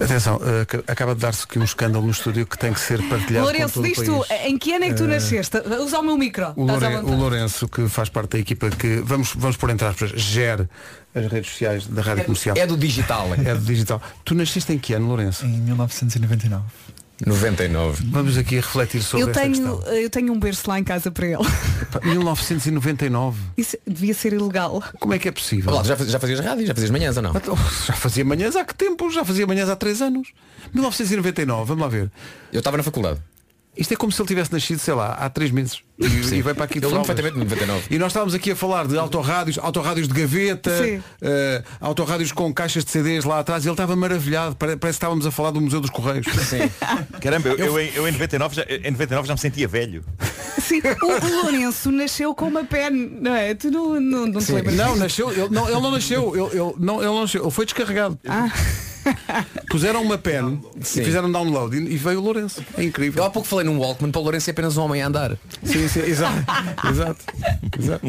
Atenção, eh, ac- acaba de dar-se aqui um escândalo no estúdio que tem que ser partilhado
Lourenço,
com todo
diz
o
tu,
país.
em que ano é que tu nasceste? Usa o meu micro.
O,
Estás à
Louren- o
vontade.
Lourenço, que faz parte da equipa que, vamos, vamos por entre aspas, gera as redes sociais da Rádio Comercial.
É do digital.
É do digital. Tu nasciste em que ano, Lourenço?
Em 1999.
99.
Vamos aqui refletir sobre
Eu
esta
tenho,
questão.
eu tenho um berço lá em casa para ele.
Pá, 1999.
Isso devia ser ilegal.
Como é que é possível?
Olá, já, faz- já fazias rádio, já fazias manhãs ou não?
Então, Já fazia manhãs há que tempo? Já fazia manhãs há três anos. 1999, vamos lá ver.
Eu estava na faculdade.
Isto é como se ele tivesse nascido, sei lá, há três meses. E, e vai para aqui de
Eu lembro
fraldas.
perfeitamente de 99.
E nós estávamos aqui a falar de autorrádios, autorrádios de gaveta,
Sim.
eh, autorrádios com caixas de CDs lá atrás. E ele estava maravilhado. Pare- Parece que estávamos a falar do Museu dos Correios.
Caramba, eu, eu em- eu em, 99 já, em 99 já me sentia velho.
Sim, o, o Lourenço nasceu com uma pen, não é? Tu não, não, não te lembras?
Não, nasceu, ele não, ele não nasceu, ele, ele- não, ele não nasceu, ele foi descarregado. Puseram uma pen e fizeram um download e, e veio o Lourenço. É incrível.
Eu há pouco falei num Walkman, para o Lourenço é apenas um homem a andar.
Sim, sim, exato. exato, exato.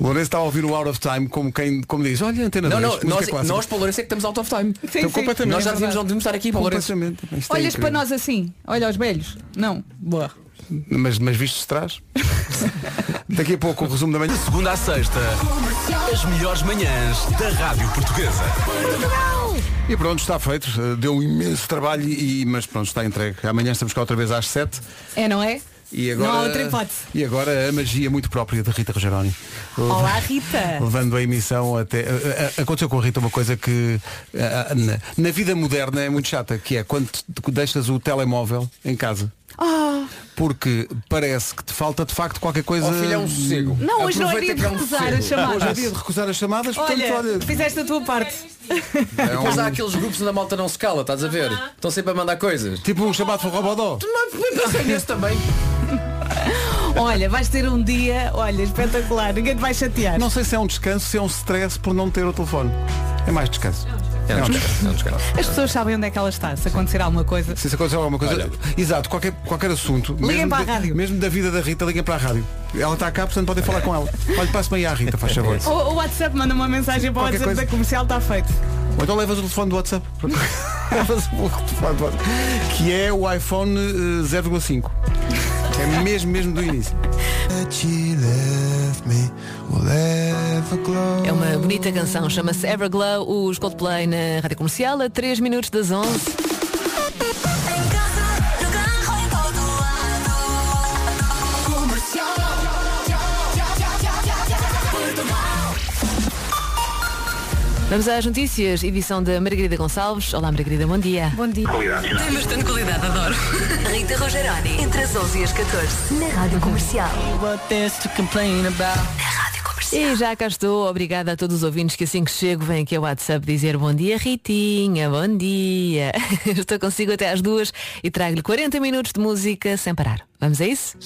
O Lourenço está a ouvir o Out of Time como quem como diz, olha antena
Não,
2,
não,
música
nós,
clássica.
nós para o Lourenço é que estamos out of time.
Sim,
Então,
sim.
completamente.
nós já
É
devíamos,
verdade.
não devíamos estar aqui para o Lourenço.
Completamente. Isto é
Olhas para
incrível.
nós assim, olha os velhos. Não. Boa.
Mas, mas visto de trás. Daqui a pouco o resumo da manhã.
Segunda à sexta, as melhores manhãs da Rádio Portuguesa.
E pronto, está feito. Eh, Deu um imenso trabalho, e, mas pronto, está entregue. Amanhã estamos cá outra vez às 7.
É, não é?
E
Não
agora,
há outra hipótese.
E agora a magia muito própria de Rita Rogeroni.
Olá, Rita.
Levando a emissão até. a- a- Aconteceu com a Rita uma coisa que a- a- na, na vida moderna é muito chata, que é quando te- te deixas o telemóvel em casa.
Ah,
Porque parece que te falta de facto qualquer coisa.
Oh, filho, é um sossego.
Não, hoje não é dia de recusar as chamadas.
Hoje é dia de um recusar as chamadas, portanto,
olha,
olha.
fizeste a tua parte.
É
E depois
um-
há aqueles grupos onde a malta não se cala, estás a ver? Estão sempre a mandar coisas.
Tipo um chamado Forrobodó.
Pensei nesse também.
Olha, vais ter um dia, olha, espetacular, ninguém te vai chatear.
Não sei se é um descanso, se é um stress por não ter o telefone. É mais descanso. É um descanso.
As pessoas sabem onde é que ela está, se acontecer alguma coisa.
Se isso acontecer alguma coisa. Exato, qualquer, qualquer assunto.
Liguem
mesmo
para
da-
a rádio.
Mesmo da vida da Rita, liguem para a rádio. Ela está cá, portanto podem falar com ela. Olha, passe-me aí à Rita, faz favor.
O, o WhatsApp manda uma mensagem para o
Qualquer
WhatsApp
coisa.
da comercial, está feito.
Ou então levas o telefone do WhatsApp. levas o telefone do WhatsApp. Que é o iPhone eh, 0,5. É mesmo, mesmo do início.
É uma bonita canção, chama-se Everglow, os Coldplay na rádio comercial, a 3 minutos das 11. Vamos às notícias, edição da Margarida Gonçalves. Olá, Margarida, bom dia. Bom dia.
Tem bastante qualidade, adoro. Rita Rogeroni, entre as 11 e as 14, na Rádio Comercial. Na Rádio Comercial.
E já cá estou, obrigada a todos os ouvintes que assim que chego vêm aqui ao WhatsApp dizer bom dia Ritinha, bom dia. Estou consigo até às duas e trago-lhe 40 minutos de música sem parar. Vamos a isso?